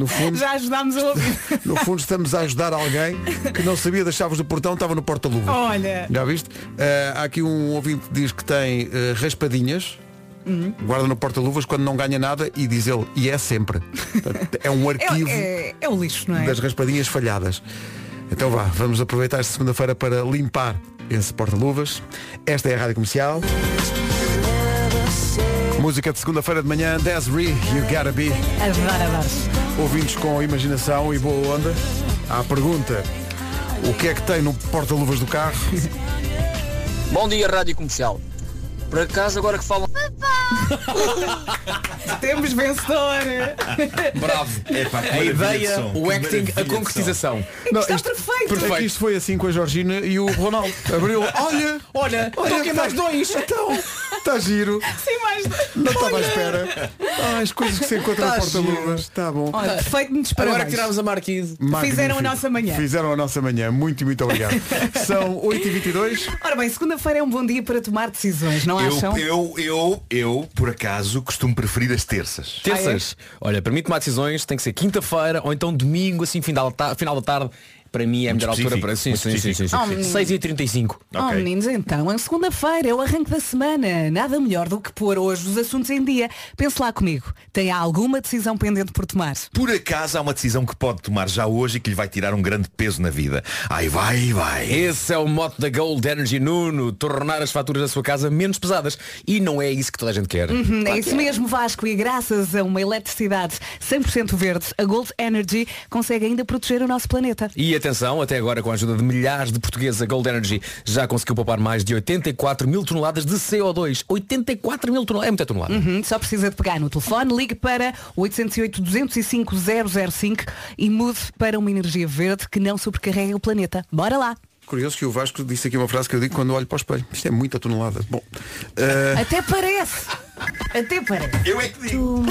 S1: no, fundo,
S4: Já ajudámos a ouvir.
S1: no fundo estamos a ajudar alguém que não sabia das chaves do portão, estava no porta-luva.
S4: Olha.
S1: Já viste? Uh, há aqui um ouvinte que diz que tem uh, raspadinhas.
S4: Uhum.
S1: Guarda no porta-luvas quando não ganha nada e diz ele, e é sempre. Portanto, É um
S4: É,
S1: arquivo
S4: é- é o lixo, não é?
S1: das raspadinhas falhadas. Então vá, vamos aproveitar esta segunda-feira para limpar esse porta-luvas. Esta é a Rádio Comercial. Música de segunda-feira de manhã, Desiree, You Gotta Be.
S4: Ajudar a dar.
S1: Ouvintes com imaginação e boa onda. À pergunta, o que é que tem no porta-luvas do carro?
S7: Bom dia, Rádio Comercial. Por acaso, agora que falam...
S4: Temos vencedor.
S6: Bravo.
S8: Epá, que
S6: A
S8: maravilha de
S6: ideia,
S8: som, que
S6: o acting,
S8: maravilha
S6: a
S8: de
S6: concretização.
S4: Está perfeito.
S1: Perfeito. É que isto foi assim com a Georgina e o Ronaldo. Abriu, olha,
S6: Olha,
S1: olha,
S6: toquem mais dois.
S1: Então, está giro.
S4: Sim, mais.
S1: Não estava à espera. Ah, as coisas que se encontram no
S6: Tá
S1: porta-luvas. Está bom.
S4: Olha, perfeito-nos
S6: Agora que
S4: parabéns.
S6: tirámos a marquise.
S1: Magnífico.
S4: Fizeram a nossa manhã.
S1: Fizeram a nossa manhã. Muito, muito obrigado. São 8h22.
S4: Ora bem, segunda-feira é um bom dia para tomar decisões, não acham?
S8: Eu, eu, eu, eu, por acaso, costumo preferir as terças.
S6: Terças. Ah, é? Olha, para mim tomar decisões tem que ser quinta-feira ou então domingo, assim, final da, ta- final da tarde. Para mim é a melhor altura
S8: específico,
S6: para. Sim,
S8: muito
S6: sim, sim, sim, sim.
S8: específico.
S4: Ah, um-
S6: 6h35.
S4: Oh
S8: Ok.
S4: meninos, então, é segunda-feira, é o arranque da semana. Nada melhor do que pôr hoje os assuntos em dia. Pense lá comigo, tem alguma decisão pendente por tomar?
S8: Por acaso há uma decisão que pode tomar já hoje e que lhe vai tirar um grande peso na vida. Ai vai, vai.
S6: Esse é o mote da Gold Energy Nuno, tornar as faturas da sua casa menos pesadas. E não é isso que toda a gente quer.
S4: Hum, É isso mesmo, Vasco, e graças a uma eletricidade 100% verde, a Gold Energy consegue ainda proteger o nosso planeta.
S6: E atenção, até agora com a ajuda de milhares de portugueses, a Gold Energy já conseguiu poupar mais de 84 mil toneladas de CO2. 84 mil toneladas. É muita tonelada.
S4: Hum, Só precisa de pegar no telefone, ligue para 808-205-005 e mude para uma energia verde que não sobrecarrega o planeta. Bora lá!
S1: Curioso que o Vasco disse aqui uma frase que eu digo quando olho para o espelho. Isto é muita tonelada. Bom, eh,
S4: Até parece! Até parece!
S8: Eu é que digo.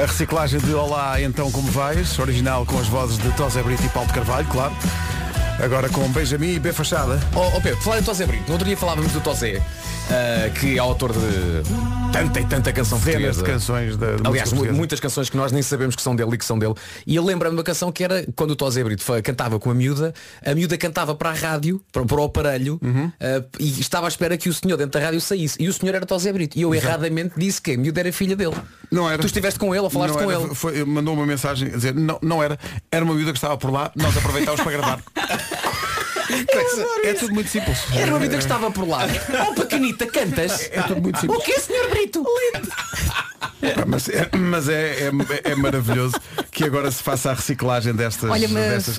S1: a reciclagem de Olá, então como vais? Original com as vozes de Tosé Brito e Paulo de Carvalho, claro. Agora com Benjamin e B Fachada.
S6: Ó oh, Pedro, falar em Tosé Brito, no outro dia falávamos do Tosé, ah, que é autor de tanta e tanta canção
S1: Dezenas
S6: portuguesa.
S1: de canções da, da
S6: Aliás,
S1: música
S6: mu-
S1: portuguesa.
S6: muitas canções que nós nem sabemos que são dele e que são dele. E eu lembro-me de uma canção que era quando o Tosé Brito fa- cantava com a miúda, a miúda cantava para a rádio, para, para o aparelho,
S1: Uhum.
S6: ah, e estava à espera que o senhor dentro da rádio saísse. E o senhor era Tosé Brito. E eu erradamente disse que a miúda era filha dele.
S1: Não era.
S6: Tu estiveste com ele ou falaste
S1: Não
S6: com
S1: era.
S6: ele.
S1: Foi- mandou uma mensagem a dizer, não, não era, era uma miúda que estava por lá, nós aproveitámos para gravar. É tudo muito simples.
S6: Era uma miúda que estava por lá. Oh pequenita, cantas?
S1: É tudo muito simples.
S6: O que, senhor Brito?
S1: Pá, Mas, é, mas é, é- é maravilhoso que agora se faça a reciclagem destas,
S4: Olha,
S1: destas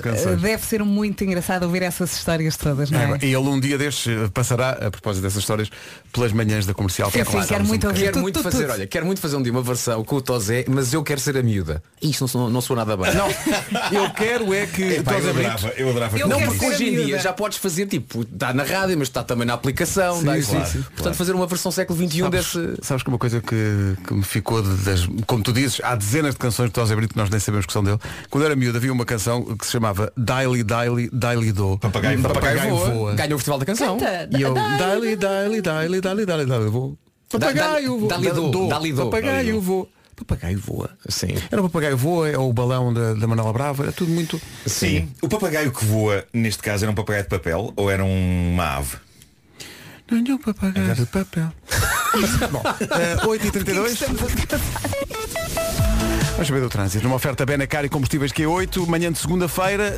S4: mas eh,
S1: canções.
S4: deve ser muito engraçado ouvir essas histórias todas, não
S1: É,
S4: é?
S1: agora- e ele um dia destes eh, passará, a propósito dessas histórias, pelas manhãs da comercial. para
S4: Eu sim,
S1: conversarmos
S4: quero
S1: um
S4: muito ouvir.
S1: bocadinho.
S6: Quero
S4: Tudo,
S6: muito
S4: tudo,
S6: fazer,
S4: tudo.
S6: olha, quero muito fazer um dia uma versão com o Tozé, mas eu quero ser a miúda. Isto não, sou- não sou nada bem. Não,
S1: Eu quero é que
S8: Epá, eu
S1: Tosé Brito-
S8: adorava, eu adorava
S4: Eu
S8: que
S4: quero
S8: fosse isso.
S4: ser a
S6: hoje em
S4: miúda.
S6: dia já podes fazer, tipo, está na rádio, mas está também na aplicação.
S1: Sim,
S6: dá-
S1: sim,
S6: claro.
S1: sim.
S6: Portanto, fazer uma versão século XXI um desse.
S1: Sabes que uma coisa que, que me ficou de- das, como tu dizes, há dezenas de canções de Tosé Brito que nós nem sabemos que são dele. Quando eu era miúdo havia uma canção que se chamava Daily Daily Daily Do. Um
S8: Papagaio, papagaio
S1: voa.
S6: Ganha o Festival da Canção.
S4: Canta.
S1: então, E eu Daily Daily Daily Daily Daily Daily Vou. Papagaio vou.
S6: Daily Do, Daily Do.
S1: Papagaio vou. Papagaio voa.
S6: Sim.
S1: Era o papagaio voa, é o balão da, da Manela Brava, era tudo muito.
S8: Sim. O papagaio que voa, neste caso, era um papagaio de papel ou era uma ave?
S1: Não, não, papagaio de papel. Bom, eh, 8h32. Vamos saber do trânsito. Uma oferta Benacar e combustíveis Q8, manhã de segunda-feira,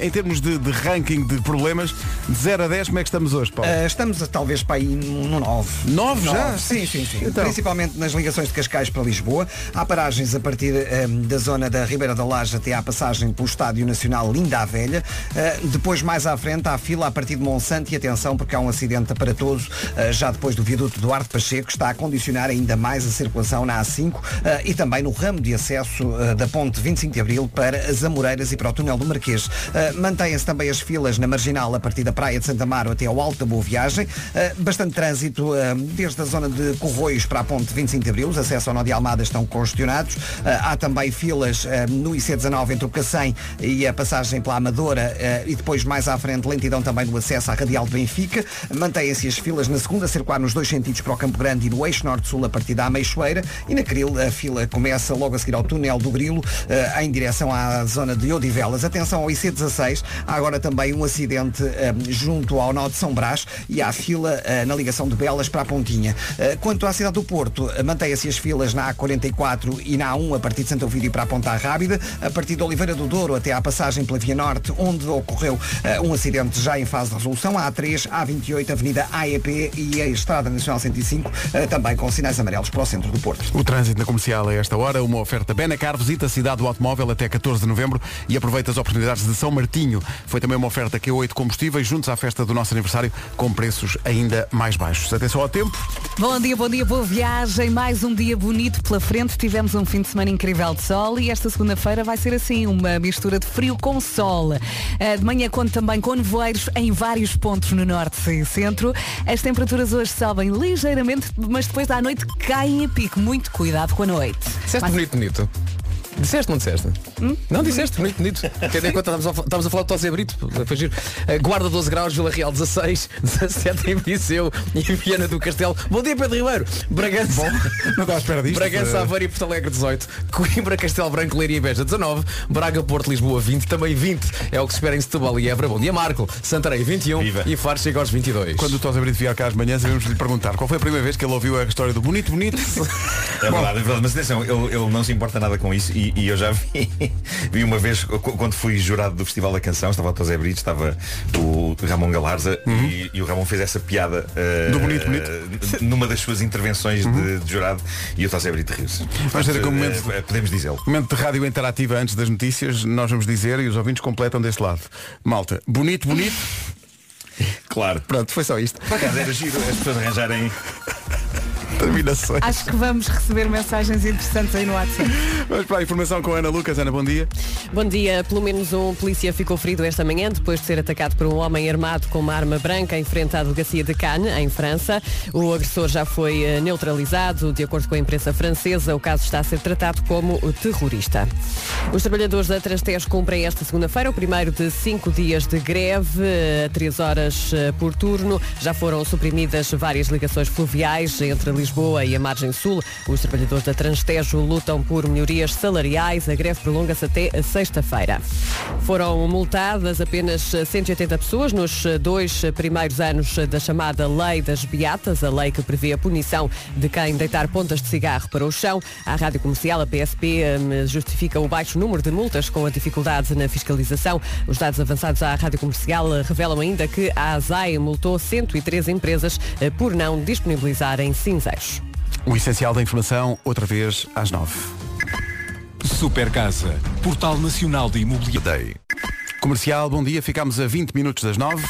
S1: eh, em termos de, de ranking de problemas, de 0 a 10, como é que estamos hoje, Paulo?
S3: Ah, estamos a, talvez para aí no 9.
S1: Nove já?
S3: Sim, sim, sim.
S1: Então.
S3: Principalmente nas ligações de Cascais para Lisboa. Há paragens a partir ahm, da zona da Ribeira da Laje até à passagem pelo Estádio Nacional Linda à Velha. Ah, depois, mais à frente, há fila a partir de Monsanto e atenção porque há um acidente aparatoso ah, já depois do viaduto Duarte Pacheco que está a condicionar ainda mais a circulação na A5 ah, e também no ramo de acesso ah, da ponte 25 de Abril para as Amoreiras e para o túnel do Marquês. Ah, Mantêm-se também as filas na Marginal a partir da Praia de Santa Amaro até ao Alto da Boa Viagem. Ah, Bastante trânsito ah, desde a zona de Corroios para a ponte 25 de Abril. Os acessos ao Nó de Almada estão congestionados. Ah, Há também filas ah, no IC19 entre o Cacém e a passagem pela Amadora ah, e depois mais à frente lentidão também no acesso à Radial de Benfica. Mantêm-se as filas na segunda a circular nos dois sentidos para o Campo Grande e no eixo norte-sul a partir da Ameixoeira e na Cril a fila começa logo a seguir ao túnel do Grilo ah, em direção à zona de Odivelas. Atenção ao IC16, há agora também um acidente ah, junto ao nó de São Brás e há fila ah, na ligação de Belas para a Pontinha. Ah, quanto à cidade do Porto, ah, mantém-se as filas na A44 e na A1 a partir de Santo Ovídio para a Ponta Rábida, a partir de Oliveira do Douro até à passagem pela Via Norte, onde ocorreu ah, um acidente já em fase de resolução, a A3, A28, Avenida AEP e a Estrada Nacional 105, ah, também com sinais amarelos para o centro do Porto.
S1: O trânsito na comercial a esta hora, uma oferta Benacar, visita a cidade do automóvel até 14 de novembro e aproveita as oportunidades de São Martinho. Foi também uma oferta Q8 combustíveis, juntos à festa do nosso aniversário, com preços ainda mais baixos. Atenção ao tempo.
S4: Bom dia, bom dia, boa viagem. Mais um dia bonito pela frente. Tivemos um fim de semana incrível de sol e esta segunda-feira vai ser assim, uma mistura de frio com sol. Ah, De manhã conto também com nevoeiros em vários pontos no norte e centro. As temperaturas hoje sobem ligeiramente, mas depois à noite caem a pico. Muito cuidado com a noite.
S6: Disseste bonito, bonito. Disseste, não disseste?
S4: Hum?
S6: Não disseste, bonito, bonito. Tendo em conta, estamos a, fa- estamos a falar de Tosé Brito, foi giro. Eh, Guarda 12 graus, Vila Real 16, 17 em Viseu e em Viana do Castelo. Bom dia, Pedro Ribeiro. Bragança.
S1: Não estava à espera disto. eh.
S6: Bragança, Aveiro e Porto Alegre 18, Coimbra, Castelo Branco, Leiria e Beja 19, Braga, Porto, Lisboa 20, também 20 é o que se espera em Setúbal e Évora. Bom dia Marco, Santarém 21
S8: Viva.
S6: e Faro chega aos 22.
S1: Quando o Tos Brito vier cá às manhãs, vamos lhe perguntar qual foi a primeira vez que ele ouviu a história do bonito, bonito.
S8: É verdade, é verdade. Mas atenção, ele, ele não se importa nada com isso e, e eu já vi, vi uma vez qu- quando fui jurado do Festival da Canção, estava o Tosé Brito, estava o Ramon Galarza e, e o Ramon fez essa piada eh,
S1: Do bonito, bonito.
S8: eh, numa das suas intervenções de, de jurado e o Tosé Brito riu-se.
S1: Vamos ter aqui um
S8: Portanto,
S1: momento-
S8: eh, Podemos dizê-lo.
S1: Momento de rádio interativa antes das notícias, nós vamos dizer e os ouvintes completam deste lado. Malta, bonito, bonito.
S8: Claro.
S1: Pronto, foi só isto.
S8: Por acaso era giro as pessoas arranjarem
S1: terminações.
S4: Acho que vamos receber mensagens interessantes aí no WhatsApp.
S1: Vamos para a informação com a Ana Lucas. Ana, bom dia.
S2: Bom dia. Pelo menos um polícia ficou ferido esta manhã depois de ser atacado por um homem armado com uma arma branca em frente à delegacia de Cannes, em França. O agressor já foi eh, neutralizado. De acordo com a imprensa francesa, o caso está a ser tratado como terrorista. Os trabalhadores da Trastez cumprem esta segunda-feira o primeiro de cinco dias de greve, eh, a três horas eh, por turno. Já foram suprimidas várias ligações fluviais entre Lisboa e a margem sul. Os trabalhadores da Transtejo lutam por melhorias salariais. A greve prolonga-se até a sexta-feira. Foram multadas apenas eh, 180 pessoas nos eh, dois eh, primeiros anos eh, da chamada Lei das Beatas, a lei que prevê a punição de quem deitar pontas de cigarro para o chão. A Rádio Comercial, a PSP, eh, justifica o baixo número de multas com a dificuldade na fiscalização. Os dados avançados à Rádio Comercial eh, revelam ainda que a ASAI multou 103 empresas eh, por não disponibilizarem cinzeiros.
S1: O essencial da informação, outra vez às nove.
S11: Super Casa, Portal Nacional de Imobiliário.
S1: Day. Comercial, bom dia. Ficámos a 20 minutos das 9.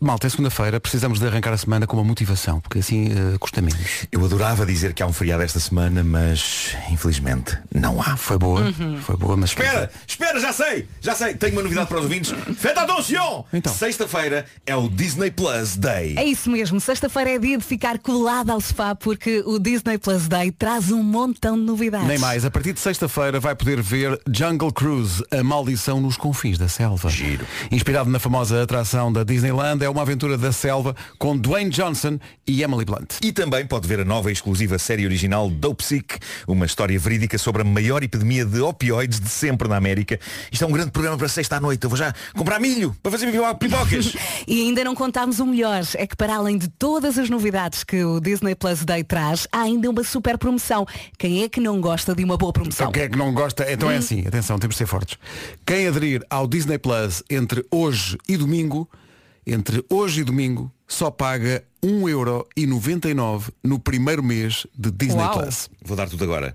S1: Malta, é segunda-feira, precisamos de arrancar a semana com uma motivação, porque assim eh, custa menos.
S8: Eu adorava dizer que há um feriado esta semana, mas infelizmente não há.
S1: Foi boa, foi boa, mas
S8: Espera, espera, já sei, já sei, tenho uma novidade para os ouvintes. Feta atenção!
S1: Então.
S8: Sexta-feira é o Disney Plus Day.
S4: É isso mesmo, sexta-feira é dia de ficar colado ao sofá porque o Disney Plus Day traz um montão de novidades.
S1: Nem mais, a partir de sexta-feira vai poder ver Jungle Cruise, a maldição nos confins da selva.
S8: Giro.
S1: Inspirado na famosa atração da Disneyland, é uma aventura da selva com Dwayne Johnson e Emily Blunt.
S8: E também pode ver a nova e exclusiva série original Dope Sick, uma história verídica sobre a maior epidemia de opioides de sempre na América. Isto é um grande programa para sexta à noite. Eu vou já comprar milho para fazer pipocas.
S4: E ainda não contámos o melhor, é que para além de todas as novidades que o Disney Plus Day traz, há ainda uma super promoção. Quem é que não gosta de uma boa promoção?
S1: Então, quem é que não gosta? Então é assim, atenção, temos de ser fortes. Quem aderir ao Disney Plus entre hoje e domingo, entre hoje e domingo, só paga 1,99€ no primeiro mês de Disney
S2: Uau.
S1: Plus.
S8: Vou dar tudo agora.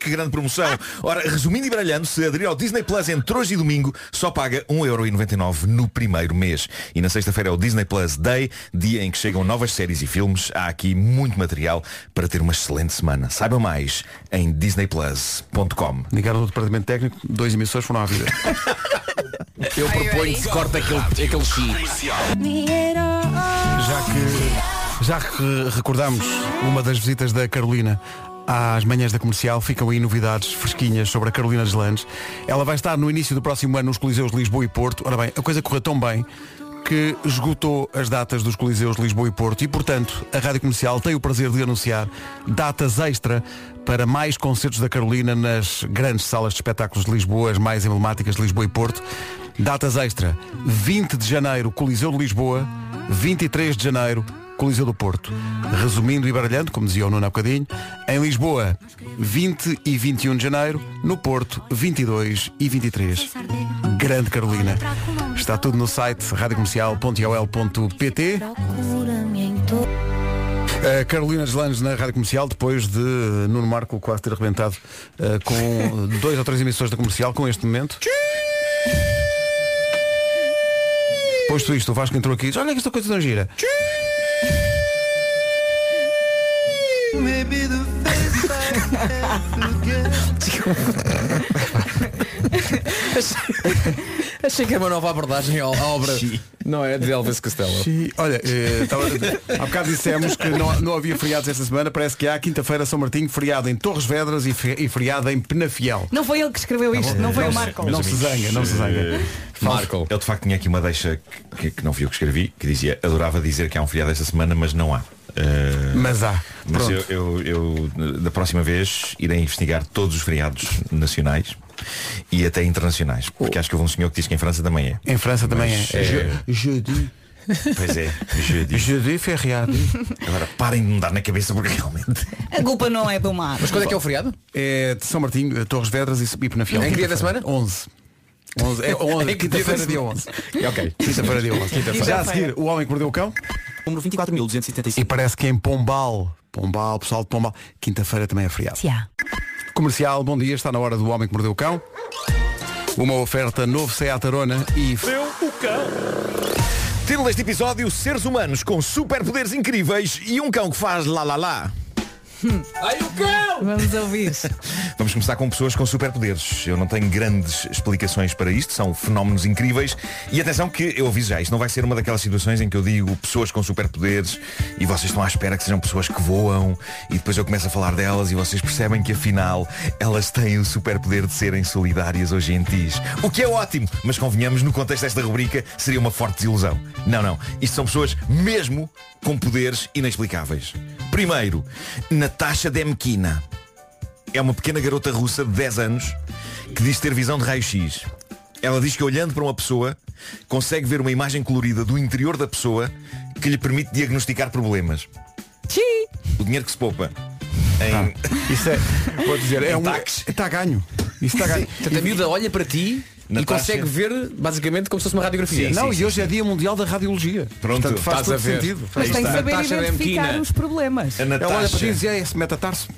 S8: Que grande promoção. Ora, resumindo e bralhando, se aderir ao Disney Plus entre hoje e domingo, só paga 1,99€ no primeiro mês. E na sexta-feira é o Disney Plus Day, dia em que chegam novas séries e filmes. Há aqui muito material para ter uma excelente semana. Saiba mais em disneyplus.com.
S1: Ligaram do departamento técnico, dois emissores foram à vida.
S6: Eu proponho que se corta aquele, aquele X.
S1: Já que, já que recordamos uma das visitas da Carolina às manhãs da comercial, ficam aí novidades fresquinhas sobre a Carolina de Landes. Ela vai estar no início do próximo ano nos Coliseus de Lisboa e Porto. Ora bem, a coisa correu tão bem que esgotou as datas dos Coliseus de Lisboa e Porto e, portanto, a Rádio Comercial tem o prazer de anunciar datas extra para mais concertos da Carolina nas grandes salas de espetáculos de Lisboa, as mais emblemáticas de Lisboa e Porto. Datas extra, 20 de janeiro, Coliseu de Lisboa, 23 de janeiro, Coliseu do Porto. Resumindo e baralhando, como dizia o Nuno há bocadinho, em Lisboa, 20 e 21 de janeiro, no Porto, 22 e 23. Grande Carolina. Está tudo no site radiocomercial.ol.pt a Eh, Carolina Deslandes na Rádio Comercial, depois de eh, Nuno Marco quase ter arrebentado eh, com dois ou três emissões da comercial, com este momento. Posto isto, o Vasco entrou aqui e disse, olha que esta coisa não gira.
S6: Achei que é uma nova abordagem à à obra. Não é de Elvis Costello.
S1: E, olha, eh, estava- há bocado dissemos que não, não havia feriados esta semana, parece que há quinta-feira São Martinho, feriado em Torres Vedras e, fe- e feriado em Penafiel.
S4: Não foi ele que escreveu isto, não foi o Marco.
S1: Não se zanga, não se zanga.
S6: Marco.
S8: Eu de facto tinha aqui uma deixa que, que não fui eu que escrevi, que dizia, adorava dizer que há um feriado esta semana, mas não há. Eh,
S1: Mas há,
S8: Mas
S1: pronto.
S8: eu, eu- eu, da próxima vez irei investigar todos os feriados nacionais e até internacionais.
S1: Oh.
S8: Porque acho que houve um senhor que diz que em França também é.
S1: Em França também
S8: Mas,
S1: é.
S8: eh,
S1: Je- Jeudi.
S8: Pois é, jeudi.
S1: Jeudi feriado.
S8: Agora parem de mudar na cabeça porque realmente.
S4: A culpa não é do Marco.
S6: Mas quando é que é o feriado?
S1: É de São Martinho, eh, Torres Vedras e e Penafiel.
S6: Em que dia da
S1: Quinta-feira. 11. 11. É 11.
S6: Em que dia da
S1: Quinta-feira
S6: semana?
S1: dia 11.
S6: Ok.
S1: Quinta-feira dia 11. Já a seguir, o homem que mordeu o cão.
S11: Número 24.275.
S1: E parece que em Pombal. Pombal, pessoal de Pombal. Quinta-feira também é feriado.
S9: Se há.
S1: Comercial, bom dia. Está na hora do homem que mordeu o cão. Uma oferta novo Seat Arona e... Deu o cão.
S8: Título deste episódio, seres humanos com superpoderes incríveis e um cão que faz lá lá lá.
S4: Ai, o cão! Vamos ouvir.
S8: Vamos começar com pessoas com superpoderes. Eu não tenho grandes explicações para isto, são fenómenos incríveis. E atenção que eu aviso já, isto não vai ser uma daquelas situações em que eu digo pessoas com superpoderes e vocês estão à espera que sejam pessoas que voam e depois eu começo a falar delas e vocês percebem que afinal elas têm o superpoder de serem solidárias ou gentis. O que é ótimo, mas convenhamos, no contexto desta rubrica seria uma forte desilusão. Não, não. Isto são pessoas mesmo com poderes inexplicáveis. Primeiro, Natasha Demkina. É uma pequena garota russa de 10 anos que diz ter visão de raio-x. Ela diz que olhando para uma pessoa consegue ver uma imagem colorida do interior da pessoa que lhe permite diagnosticar problemas. O dinheiro que se poupa. Em...
S1: Isso é, vou dizer, é
S8: Em
S1: um,
S8: taques.
S1: está ganho. Isso está ganho.
S6: Portanto, a miúda olha para ti e
S8: Natasha.
S6: consegue ver, basicamente, como se fosse uma radiografia.
S1: não, e hoje é Dia Mundial da Radiologia.
S8: Pronto,
S1: Portanto, faz
S6: estás
S1: todo
S6: a ver.
S1: sentido.
S4: Mas tem
S1: Aí
S4: que
S1: está.
S4: saber
S6: Natasha
S4: identificar
S6: Lemkina.
S4: os problemas.
S8: A
S1: Ela olha para ti e
S8: Natasha,
S1: diz, é esse metatarso.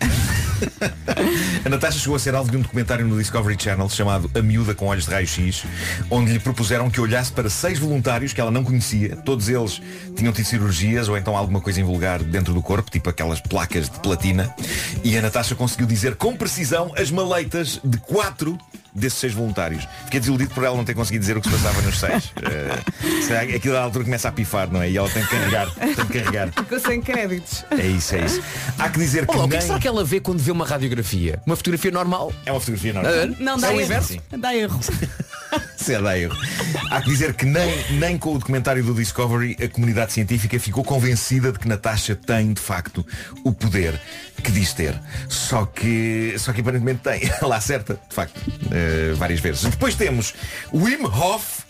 S8: a Natasha chegou a ser alvo de um documentário no Discovery Channel chamado A Miúda com Olhos de Raio-X, onde lhe propuseram que olhasse para seis voluntários que ela não conhecia. Todos eles tinham tido cirurgias ou então alguma coisa invulgar dentro do corpo, tipo aquelas placas de platina. E a Natasha conseguiu dizer com precisão as maleitas de quatro desses seis voluntários. Fiquei desiludido por ela não ter conseguido dizer o que se passava nos seis. Eh, será que aquilo da altura começa a pifar, não é? E ela tem que carregar, tem que carregar.
S4: Ficou sem créditos.
S8: É isso, é isso. Há que dizer que
S6: Olá, o que
S8: nem...
S6: é que será que ela vê quando vê uma radiografia? Uma fotografia normal?
S8: É uma fotografia
S6: Ah,
S8: normal.
S4: Não,
S6: Isso
S4: dá
S6: é o
S4: erro.
S6: inverso?
S4: Dá erro.
S8: Se é dá erro. Há que dizer que nem, nem com o documentário do Discovery a comunidade científica ficou convencida de que Natasha tem, de facto, o poder que diz ter. Só que, só que aparentemente tem. Ela acerta, de facto, eh, várias vezes. Depois temos Wim Hof,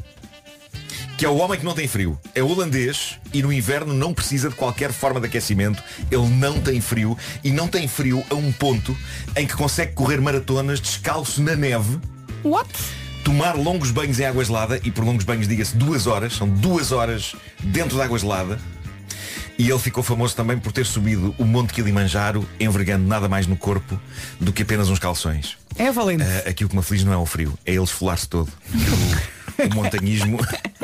S8: que é o homem que não tem frio. É holandês e no inverno não precisa de qualquer forma de aquecimento. Ele não tem frio e não tem frio a um ponto em que consegue correr maratonas descalço na neve
S4: What?
S8: tomar longos banhos em água gelada e por longos banhos diga-se duas horas, são duas horas dentro de água gelada. E ele ficou famoso também por ter subido o Monte Kilimanjaro envergando nada mais no corpo do que apenas uns calções.
S4: É valente.
S8: Ah, aqui o que me aflige não é o frio, é ele esfolar-se todo. O, o montanhismo,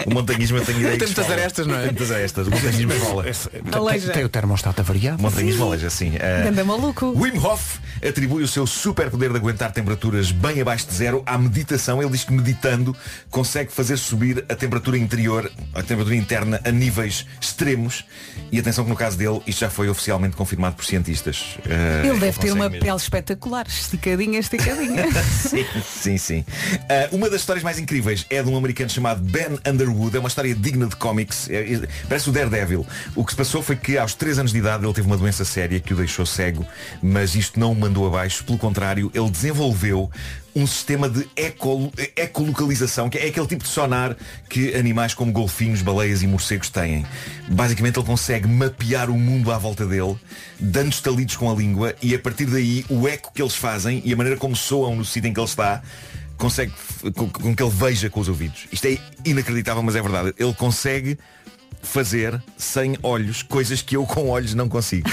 S8: o montanhismo eu tenho ideia que
S6: Tem muitas
S8: esfola.
S6: arestas, não é?
S8: Tem muitas arestas, o montanhismo esfola.
S4: Aleja.
S1: Tem o termostato avariado.
S8: O montanhismo aleja, sim. Ah,
S4: Ganda maluco.
S8: Wim Hof atribui o seu superpoder de aguentar temperaturas bem abaixo de zero à meditação. Ele diz que meditando consegue fazer subir a temperatura interior, a temperatura interna a níveis extremos. E atenção que no caso dele isto já foi oficialmente confirmado por cientistas. Eh,
S4: Ele deve ter
S8: consegue
S4: uma
S8: mesmo.
S4: pele espetacular, esticadinha, esticadinha.
S8: Sim, sim, sim. Ah, uma das histórias mais incríveis é de um americano chamado Ben Underwood. É uma história digna de cómics. É- é- parece o Daredevil. O que se passou foi que aos 3 anos de idade ele teve uma doença séria que o deixou cego, mas isto não o mandou abaixo. Pelo contrário, ele desenvolveu um sistema de eco, ecolocalização, que é aquele tipo de sonar que animais como golfinhos, baleias e morcegos têm. Basicamente ele consegue mapear o mundo à volta dele, dando estalidos com a língua e a partir daí o eco que eles fazem e a maneira como soam no sítio em que ele está consegue f- com, com que ele veja com os ouvidos. Isto é inacreditável, mas é verdade. Ele consegue fazer sem olhos coisas que eu com olhos não consigo.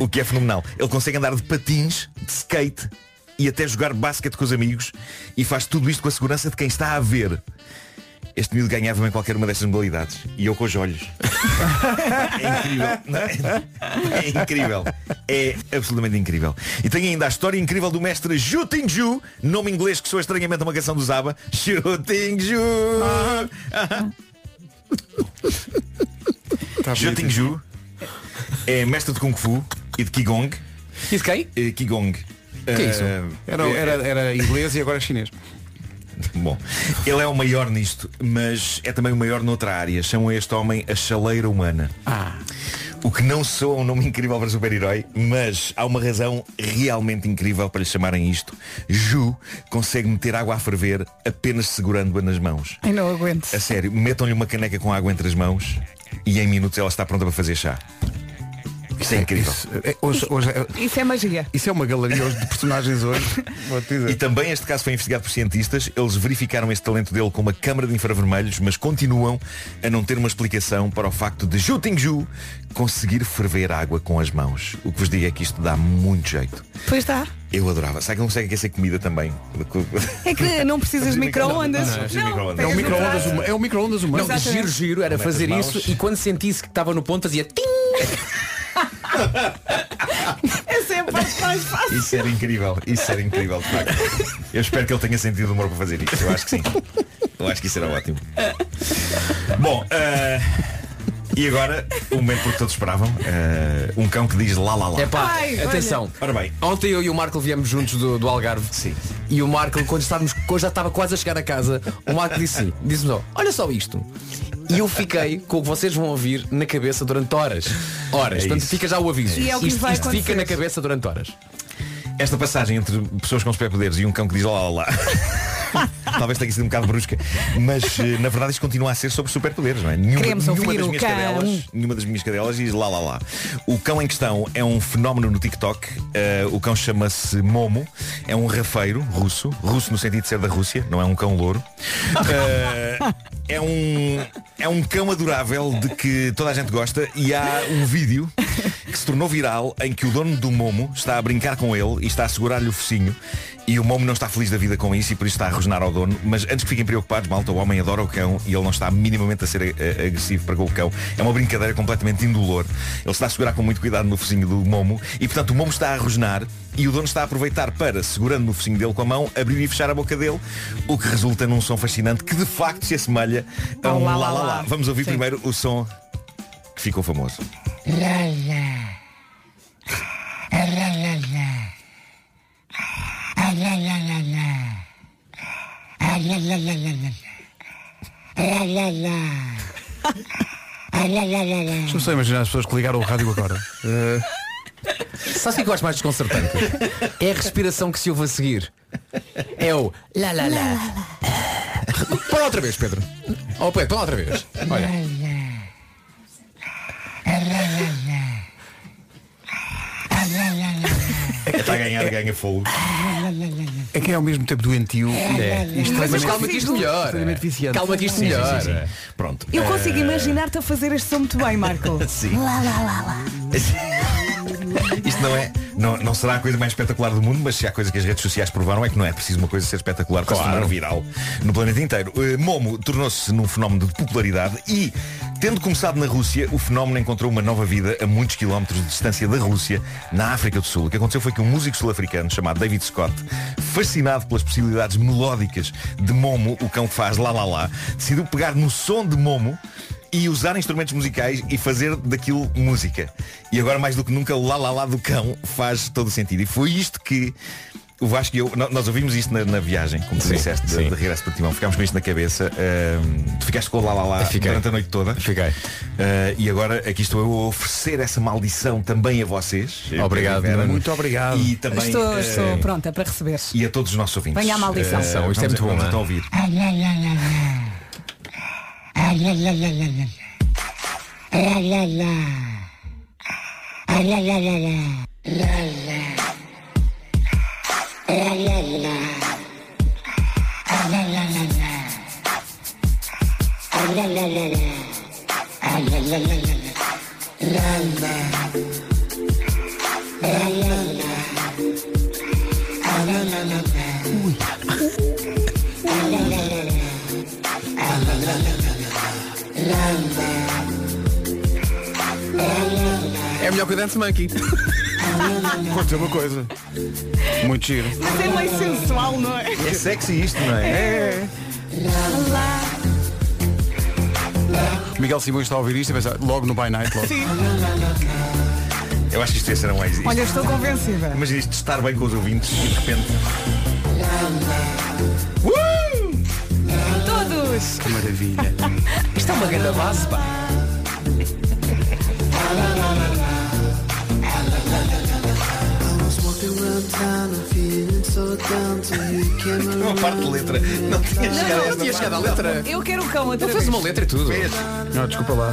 S8: o que é fenomenal. Ele consegue andar de patins, de skate e até jogar basquete com os amigos e faz tudo isto com a segurança de quem está a ver. Este miúdo ganhava em qualquer uma destas modalidades. E eu com os olhos. É incrível. Não é? É incrível. É absolutamente incrível. E tem ainda a história incrível do mestre Ju Ting Ju, nome inglês que soa estranhamente a uma canção do Zaba. Ju Ting Ju. Ju Ting Ju é mestre de Kung Fu e de Qigong.
S6: E de quem?
S8: Eh, Qigong.
S6: Que é isso?
S8: Eh,
S1: Era, era, era inglês e agora é chinês.
S8: Bom, ele é o maior nisto, mas é também o maior noutra área. Chamam este homem a chaleira humana. O que não soa um nome incrível para super-herói, mas há uma razão realmente incrível para lhe chamarem isto. Ju consegue meter água a ferver apenas segurando-a nas mãos.
S4: Ai, não aguento.
S8: A sério, metam-lhe uma caneca com água entre as mãos e em minutos ela está pronta para fazer chá. Isso é incrível.
S1: É, hoje- hoje é-
S4: Isso é magia.
S1: isso é uma galeria hoje de personagens hoje.
S8: E também este caso foi investigado por cientistas. Eles verificaram este talento dele com uma câmara de infravermelhos, mas continuam a não ter uma explicação para o facto de Ju Tingju conseguir ferver água com as mãos. O que vos digo é que isto dá muito jeito.
S4: Pois está.
S8: Eu adorava. Sabe que não consegue aquecer comida também?
S4: É que não precisas de micro-ondas.
S8: Não, não precisas de micro-ondas.
S1: É
S4: pegas
S1: um
S4: no
S1: micro-ondas
S4: prato.
S1: humano. É um micro-ondas humano.
S6: Não, giro, giro, era
S8: Metes
S6: fazer
S8: as mãos.
S6: isso e quando sentisse que estava no ponto fazia tim.
S4: Essa é a parte mais fácil.
S8: Isso era incrível. Isso era incrível, de facto. Eu espero que ele tenha sentido humor para fazer isso. Eu acho que sim. Eu acho que isso era ótimo. Bom, eh, e agora o momento que todos esperavam. eh, um cão que diz lá lá lá.
S6: É pá,
S4: Ai, olha.
S6: atenção.
S8: Ora bem,
S6: Ontem eu e o Marco viemos juntos do, do Algarve.
S8: Sim.
S6: E o Marco, quando, estávamos, quando já estava quase a chegar a casa, o Marco disse assim, disse-me só, olha só isto. E eu fiquei com o que vocês vão ouvir na cabeça durante horas. Horas.
S8: É
S6: Portanto,
S8: isso.
S6: fica já o aviso.
S4: E é o que
S6: isto
S4: vai
S6: isto fica
S4: acontecer.
S6: na cabeça durante horas.
S8: esta passagem entre pessoas com superpoderes e um cão que diz lá lá lá. Talvez tenha sido um bocado brusca. Mas eh, na verdade isto continua a ser sobre superpoderes, não é? Nenhuma,
S4: Queremos
S8: nenhuma
S4: ouvir
S8: das
S4: o
S8: minhas
S4: cão.
S8: cadelas, nenhuma das minhas cadelas diz lá lá lá. O cão em questão é um fenómeno no TikTok. Eh, o cão chama-se Momo. É um rafeiro russo. Russo no sentido de ser da Rússia, não é um cão louro. Eh, é, um, é um cão adorável de que toda a gente gosta e há um vídeo que se tornou viral em que o dono do Momo está a brincar com ele e está a segurar-lhe o focinho e o Momo não está feliz da vida com isso e por isso está a rosnar ao dono. Mas antes que fiquem preocupados, malta, o homem adora o cão e ele não está minimamente a ser eh, agressivo para com o cão. É uma brincadeira completamente indolor. Ele está a segurar com muito cuidado no focinho do Momo e portanto o Momo está a rosnar e o dono está a aproveitar para, segurando no focinho dele com a mão, abrir e fechar a boca dele, o que resulta num som fascinante que de facto se assemelha a um
S4: Ao
S8: lá
S4: lá,
S8: lá
S4: lá,
S8: lá.
S4: lá.
S8: Vamos ouvir
S4: Sim.
S8: primeiro o som que ficou famoso.
S1: Deixa-me só imaginar as pessoas que ligaram o rádio agora. Eh,
S6: Sabe o que é que eu acho mais desconcertante? É a respiração que se ouve a seguir. É o lá lá lá. Põe lá outra vez, Pedro. Oh Pedro, põe lá outra vez. Olha.
S8: Está a É ganhar, ganha fogo.
S1: é que é ao mesmo tempo doentio.
S6: É. Mas calma que isto melhor.
S1: Extremamente viciante.
S6: Calma que isto
S8: Sim, sim,
S6: melhor.
S8: sim, sim. Pronto.
S4: Eu consigo imaginar-te a fazer este som muito bem, Marco.
S8: Sim. Isto não é. Não, não será a coisa mais espetacular do mundo, mas se há coisa que as redes sociais provaram é que não é preciso uma coisa ser espetacular para se tornar viral no planeta inteiro. Eh, Momo tornou-se num fenómeno de popularidade e, tendo começado na Rússia, o fenómeno encontrou uma nova vida a muitos quilómetros de distância da Rússia, na África do Sul. O que aconteceu foi que um músico sul-africano chamado David Scott, fascinado pelas possibilidades melódicas de Momo, o cão que faz lá lá lá, decidiu pegar no som de Momo e usar instrumentos musicais e fazer daquilo música. E agora mais do que nunca o lá lá lá do cão faz todo o sentido. E foi isto que o Vasco e eu, no- nós ouvimos isto na, na viagem, como tu disseste, de, de regresso para Timão. Ficámos com isto na cabeça. Ahm, tu ficaste com o lá lá lá
S6: Fiquei.
S8: durante a noite toda.
S6: Fiquei.
S8: Ah, e agora aqui estou eu a oferecer essa maldição também a vocês.
S6: Obrigado,
S8: Vera.
S6: Nuno.
S1: Muito obrigado.
S8: E também
S4: Estou,
S6: É.
S8: ah,
S4: estou pronta para receber.
S8: e a todos os nossos ouvintes.
S4: Venha a maldição.
S8: Ah,
S6: Isto é
S8: vamos-
S6: muito bom,
S8: vamos
S6: não é?
S8: então ouvir.
S6: É melhor que o Dance Monkey.
S1: Aconteceu uma coisa. Muito giro.
S4: Mas é meio sensual, não é?
S8: É sexy isto, não é?
S1: Miguel Simões está a ouvir isto e pensa, logo no By Night. Logo.
S8: Eu acho que isto ia ser um mais.
S4: Olha, estou convencida.
S8: Imagina isto de estar bem com os ouvintes e de repente.
S4: Todos!
S1: Que maravilha.
S6: Isto é uma grande base, pá.
S8: Uma parte de letra. Não tinha chegado a
S6: Não
S8: esta
S6: tinha chegado à letra.
S4: Eu quero o cão outra
S6: Ele fez
S4: vez.
S6: Então uma letra e tudo.
S1: Não, desculpa lá.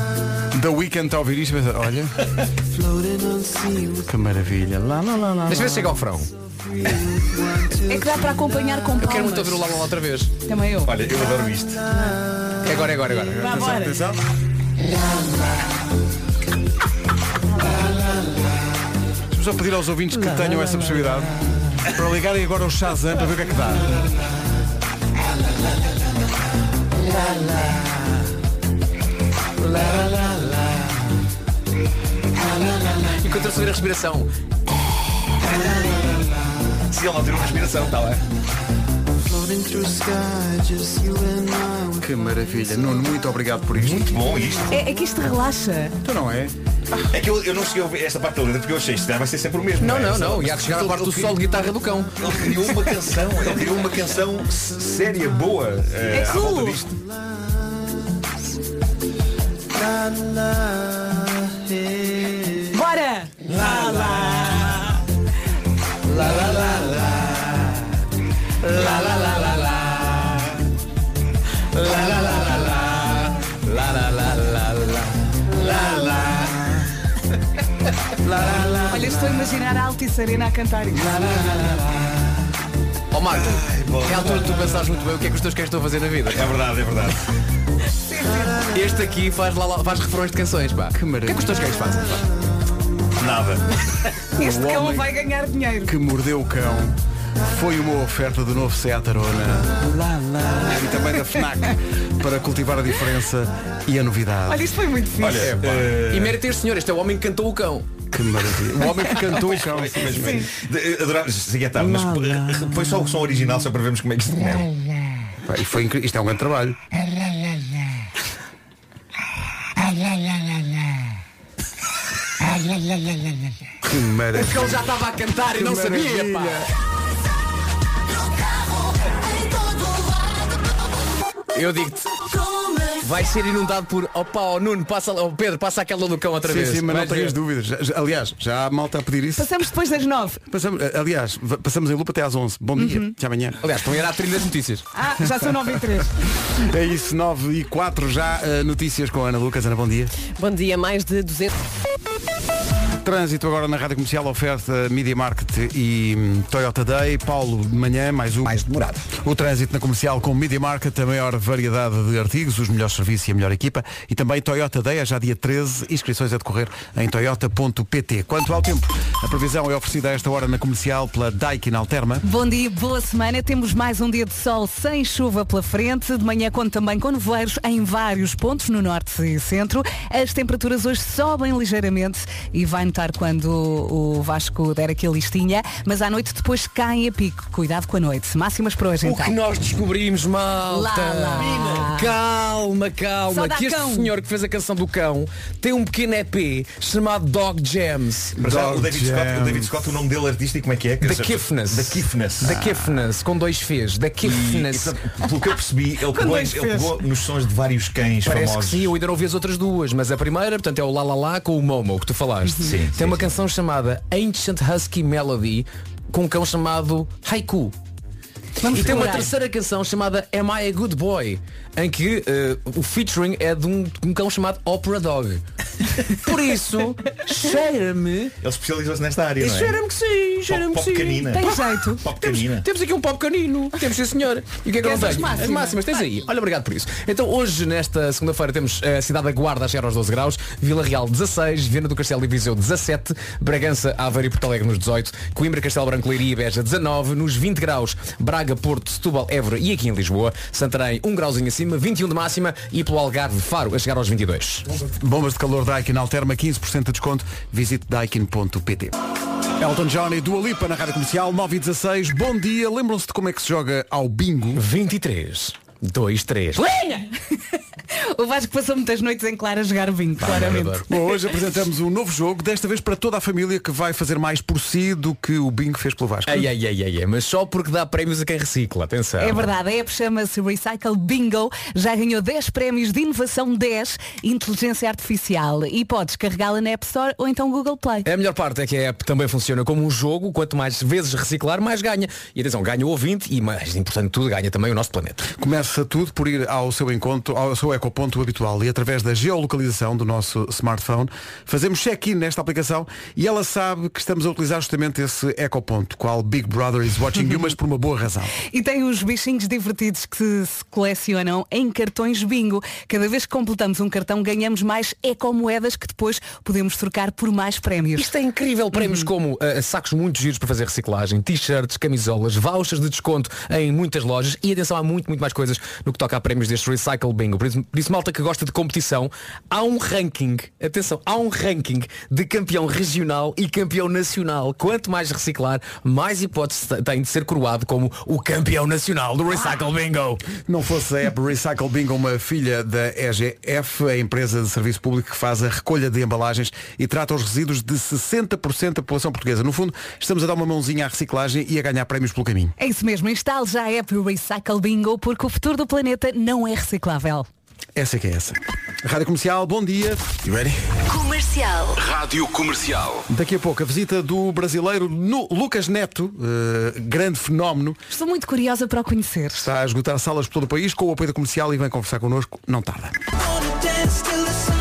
S1: The Weekend está a ouvir isto e pensa, olha.
S12: Que maravilha. Lá, lá, lá, lá.
S6: Às vezes chega ao frão.
S4: É que dá para acompanhar com
S6: Eu quero
S4: palmas.
S6: muito ouvir o Lala outra vez.
S4: Também eu.
S8: Olha, eu adoro isto.
S6: É agora, é agora, é agora.
S4: Vá, bora.
S8: Atenção,
S1: Vamos só pedir aos ouvintes que tenham essa possibilidade para ligarem agora ao Shazam para ver o que é que dá.
S6: Enquanto eu subir a respiração.
S8: Se ele não tiver uma respiração, está lá.
S1: Que maravilha. Nuno, muito obrigado por isto. Muito
S8: bom isto.
S4: É, é que isto relaxa.
S1: Então não é?
S8: É que eu, eu não cheguei a ouvir esta parte da letra porque eu achei isto vai ser sempre o mesmo.
S6: Não,
S8: é?
S6: não,
S8: Só-
S6: não. E há que chegar à parte do solo de guitarra do cão.
S8: Ele criou uma canção, ele criou uma canção s- séria, boa. eh,
S4: É
S8: à
S4: cool.
S8: volta disto.
S4: Bora! Olha, estou a imaginar a Altice Arena a cantar isto.
S6: Ó Marco, é a altura de tu pensares muito bem o que é que os teus cães estão a fazer na vida.
S8: É verdade, é verdade.
S6: Este aqui faz, lá, lá- faz refrões de canções, pá. Que maravilha. O que é que os teus cães fazem? pá?
S8: Nada.
S4: Este
S1: O
S4: cão
S1: homem
S4: vai ganhar dinheiro.
S1: que mordeu o cão foi uma oferta do novo Seat Arona e também da FNAC para cultivar a diferença e a novidade.
S4: Olha, isto foi muito fixe.
S8: Olha, eh,
S6: É, E mérito este senhor, este é o homem que cantou o cão.
S1: Que maravilha. O homem que cantou o cão.
S8: mas, mas, de- eh, adorava, cheguei tarde, mas eh, foi só o som original só para vermos como é que isto é.
S1: Pá, e foi incrível. Isto é um grande trabalho. Que maravilha.
S6: Porque ele já estava a cantar e não sabia, pá. Eu digo-te. Vai ser inundado por. Opa, ó Nuno, passa, ó Pedro, passa aquela do cão outra
S1: Sim,
S6: vez.
S1: sim, mas não
S6: Vais
S1: tenhas
S6: ver.
S1: dúvidas. Já- já- aliás, já há malta a pedir isso.
S4: Passamos depois das nove.
S1: Passamos, eh, aliás, va- passamos em lupa até às 11. Bom dia.
S3: Uhum.
S1: Até amanhã.
S6: Aliás, estão a ir à trilha das notícias.
S4: Ah, já são nove e três.
S1: É isso, 9 e 4 já. eh, notícias com a Ana Lucas. Ana, bom dia.
S2: Bom dia, mais de 200.
S1: Trânsito agora na Rádio Comercial, oferta Media Market e hum, Toyota Day. Paulo, de manhã, mais um.
S3: mais demorado.
S1: O trânsito na comercial com Media Market, a maior variedade de artigos, os melhores serviços e a melhor equipa. E também Toyota Day, é já dia 13, inscrições a decorrer em toyota.pt. Quanto ao tempo, a previsão é oferecida a esta hora na comercial pela Daikin Alterma.
S4: Bom dia, boa semana. Temos mais um dia de sol sem chuva pela frente. De manhã conto também com nevoeiros em vários pontos no norte e centro. As temperaturas hoje sobem ligeiramente e vai notar quando o Vasco der aqui a listinha. Mas à noite depois caem a pico. Cuidado com a noite. Máximas para hoje
S6: O
S4: então.
S6: que nós descobrimos, malta?
S4: Lá, lá.
S6: Calma, calma.
S4: Só dá
S6: Que este
S4: cão.
S6: senhor que fez a canção do cão tem um pequeno EP chamado Dog Jams.
S8: Para já, o
S1: Dog
S8: David Scott,
S1: Jam.
S8: o David Scott, o nome dele artístico, como é que é?
S6: Da Kiffness.
S8: Da Kiffness.
S6: Da Kiffness, com dois Fs. Da
S8: E, é e,
S6: Kiffness.
S8: sabe, pelo que eu percebi, ele pegou,
S4: dois
S8: ele
S4: Fs.
S8: pegou nos sons de vários cães
S6: Parece que
S8: famosos.
S6: sim, eu ainda não ouvi as outras duas, mas a primeira, portanto, é o La La La com o Momo, que tu falaste.
S8: Uhum. Sim,
S6: Tem
S8: sim,
S6: uma
S8: sim.
S6: canção chamada Ancient Husky Melody com um cão chamado Haiku. e tem uma
S4: procurar.
S6: terceira canção chamada Am I a Good Boy? Em que eh, o featuring é de um, um cão chamado Opera Dog. Por isso, cheira-me.
S8: Ele especializou-se nesta área, não é?
S6: Cheira-me que sim, cheira-me que
S8: pop
S6: sim.
S8: canina.
S4: Tem jeito.
S8: Pop
S6: Temos,
S8: canina.
S6: temos aqui um pop canino. Temos sim senhor. E o que é que eu não
S4: Queres as
S6: tenho?
S4: máximas?
S6: As máximas, tens aí. Olha, obrigado por isso. Então hoje, nesta segunda-feira, temos eh, a cidade da Guarda a chegar aos 12 graus, Vila Real 16, Viana do Castelo e Viseu 17, Bragança, Aveiro e Porto Alegre nos 18, Coimbra, Castelo Branco, Leiria e Beja 19, nos 20 graus, Braga, Porto, Setúbal, Évora e aqui em Lisboa, Santarém 1 grauzinho acima, 21 de máxima e pelo Algarve, Faro, a chegar aos 22.
S1: Bombas de calor Daikin Alterma, 15% de desconto. Visite daikin.pt. Elton John e Dua Lipa na Rádio Comercial, 9 e 16. Bom dia. Lembram-se de como é que se joga ao bingo?
S6: 23, 2, 3.
S4: O Vasco passou muitas noites em claro a jogar vinho,
S1: é
S4: claramente.
S1: Bom, hoje apresentamos um novo jogo, desta vez para toda a família que vai fazer mais por si do que o bingo fez pelo Vasco.
S6: Ai, ai, ai, ai, ai, mas só porque dá prémios a quem recicla, atenção.
S4: É verdade, a app chama-se Recycle Bingo, já ganhou 10 prémios de inovação 10, inteligência artificial e podes carregá-la na App Store ou então Google Play.
S6: A melhor parte é que a app também funciona como um jogo, quanto mais vezes reciclar, mais ganha. E atenção, ganha o ouvinte e mais importante de tudo, ganha também o nosso planeta.
S1: Começa tudo por ir ao seu encontro, ao seu ao ponto habitual e através da geolocalização do nosso smartphone fazemos check-in nesta aplicação e ela sabe que estamos a utilizar justamente esse ecoponto, qual Big Brother is watching you, mas por uma boa razão.
S4: E tem uns bichinhos divertidos que se colecionam em cartões bingo. Cada vez que completamos um cartão ganhamos mais ecomoedas que depois podemos trocar por mais prémios.
S6: Isto é incrível, prémios como ah, sacos muito giros para fazer reciclagem, t-shirts, camisolas, vouchers de desconto em muitas lojas e atenção, há muito, muito mais coisas no que toca a prémios deste Recycle Bingo. Por isso, por isso, malta que gosta de competição, há um ranking, atenção, há um ranking de campeão regional e campeão nacional. Quanto mais reciclar, mais hipótese te- tem de ser coroado como o campeão nacional do Recycle Bingo.
S1: Não fosse a app Recycle Bingo uma filha da EGF, a empresa de serviço público que faz a recolha de embalagens e trata os resíduos de 60% da população portuguesa. No fundo, estamos a dar uma mãozinha à reciclagem e a ganhar prémios pelo caminho.
S4: É isso mesmo, instale já a app Recycle Bingo porque o futuro do planeta não é reciclável.
S1: Essa é que é essa. Rádio Comercial, bom dia. You ready?
S9: Comercial.
S11: Rádio Comercial.
S1: Daqui a pouco a visita do brasileiro Nu- Lucas Neto, eh, grande fenómeno,
S4: Estou muito curiosa para o conhecer.
S1: está a esgotar salas por todo o país com o apoio da comercial e vem conversar connosco, não tarda.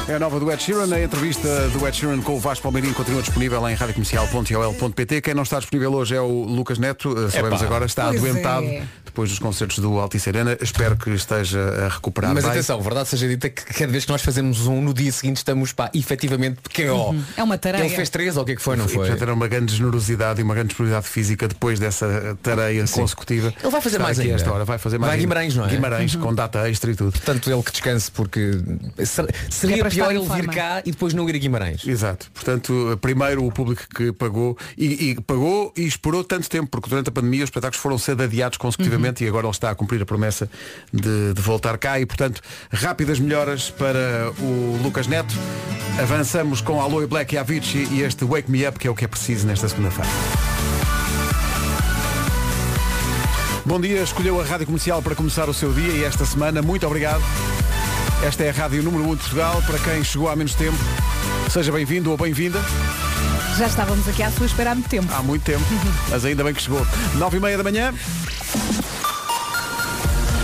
S1: É a nova do Ed Sheeran, a entrevista do Ed Sheeran com o Vasco Palmeirinho continua disponível em radiocomercial.ol.pt. Quem não está disponível hoje é o Lucas Neto, eh, sabemos
S6: Epá.
S1: agora, está
S6: Pois
S1: adoentado
S6: é.
S1: depois dos concertos do Altice Arena. Espero que esteja a recuperar
S6: Mas
S1: Tá bem.
S6: atenção, verdade seja dita que cada vez que nós fazemos um, no dia seguinte estamos, pá, efetivamente, porque ó,
S4: Uhum. É uma tarefa.
S6: Ele fez três ou o que é que foi, não
S1: E,
S6: foi?
S1: portanto, era uma grande generosidade e uma grande disponibilidade física depois dessa tareia consecutiva.
S6: Ele vai fazer
S1: Está
S6: mais
S1: aqui
S6: ainda.
S1: esta hora, vai fazer mais
S6: Vai a
S1: ainda.
S6: Guimarães, não é?
S1: Guimarães, com data extra e tudo.
S6: Portanto, ele que descanse, porque ser-
S1: É
S6: seria
S1: para estar
S6: pior
S1: em
S6: ele vir
S1: forma.
S6: cá e depois não ir a Guimarães.
S1: Exato. Portanto, primeiro o público que pagou e, e pagou e esperou tanto tempo, porque durante a pandemia os espetáculos foram sendo adiados consecutivamente e agora ele está a cumprir a promessa de, de voltar cá e, portanto, rápidas melhoras para o Lucas Neto. Avançamos com Aloe Black e Avicii e este Wake Me Up, que é o que é preciso nesta segunda-feira. Bom dia, escolheu a Rádio Comercial para começar o seu dia e esta semana, muito obrigado. Esta é a Rádio Número 1 de Portugal, para quem chegou há menos tempo, seja bem-vindo ou bem-vinda,
S4: Já estávamos aqui à sua espera há muito tempo.
S1: há muito tempo, mas ainda bem que chegou. Nove e meia da manhã.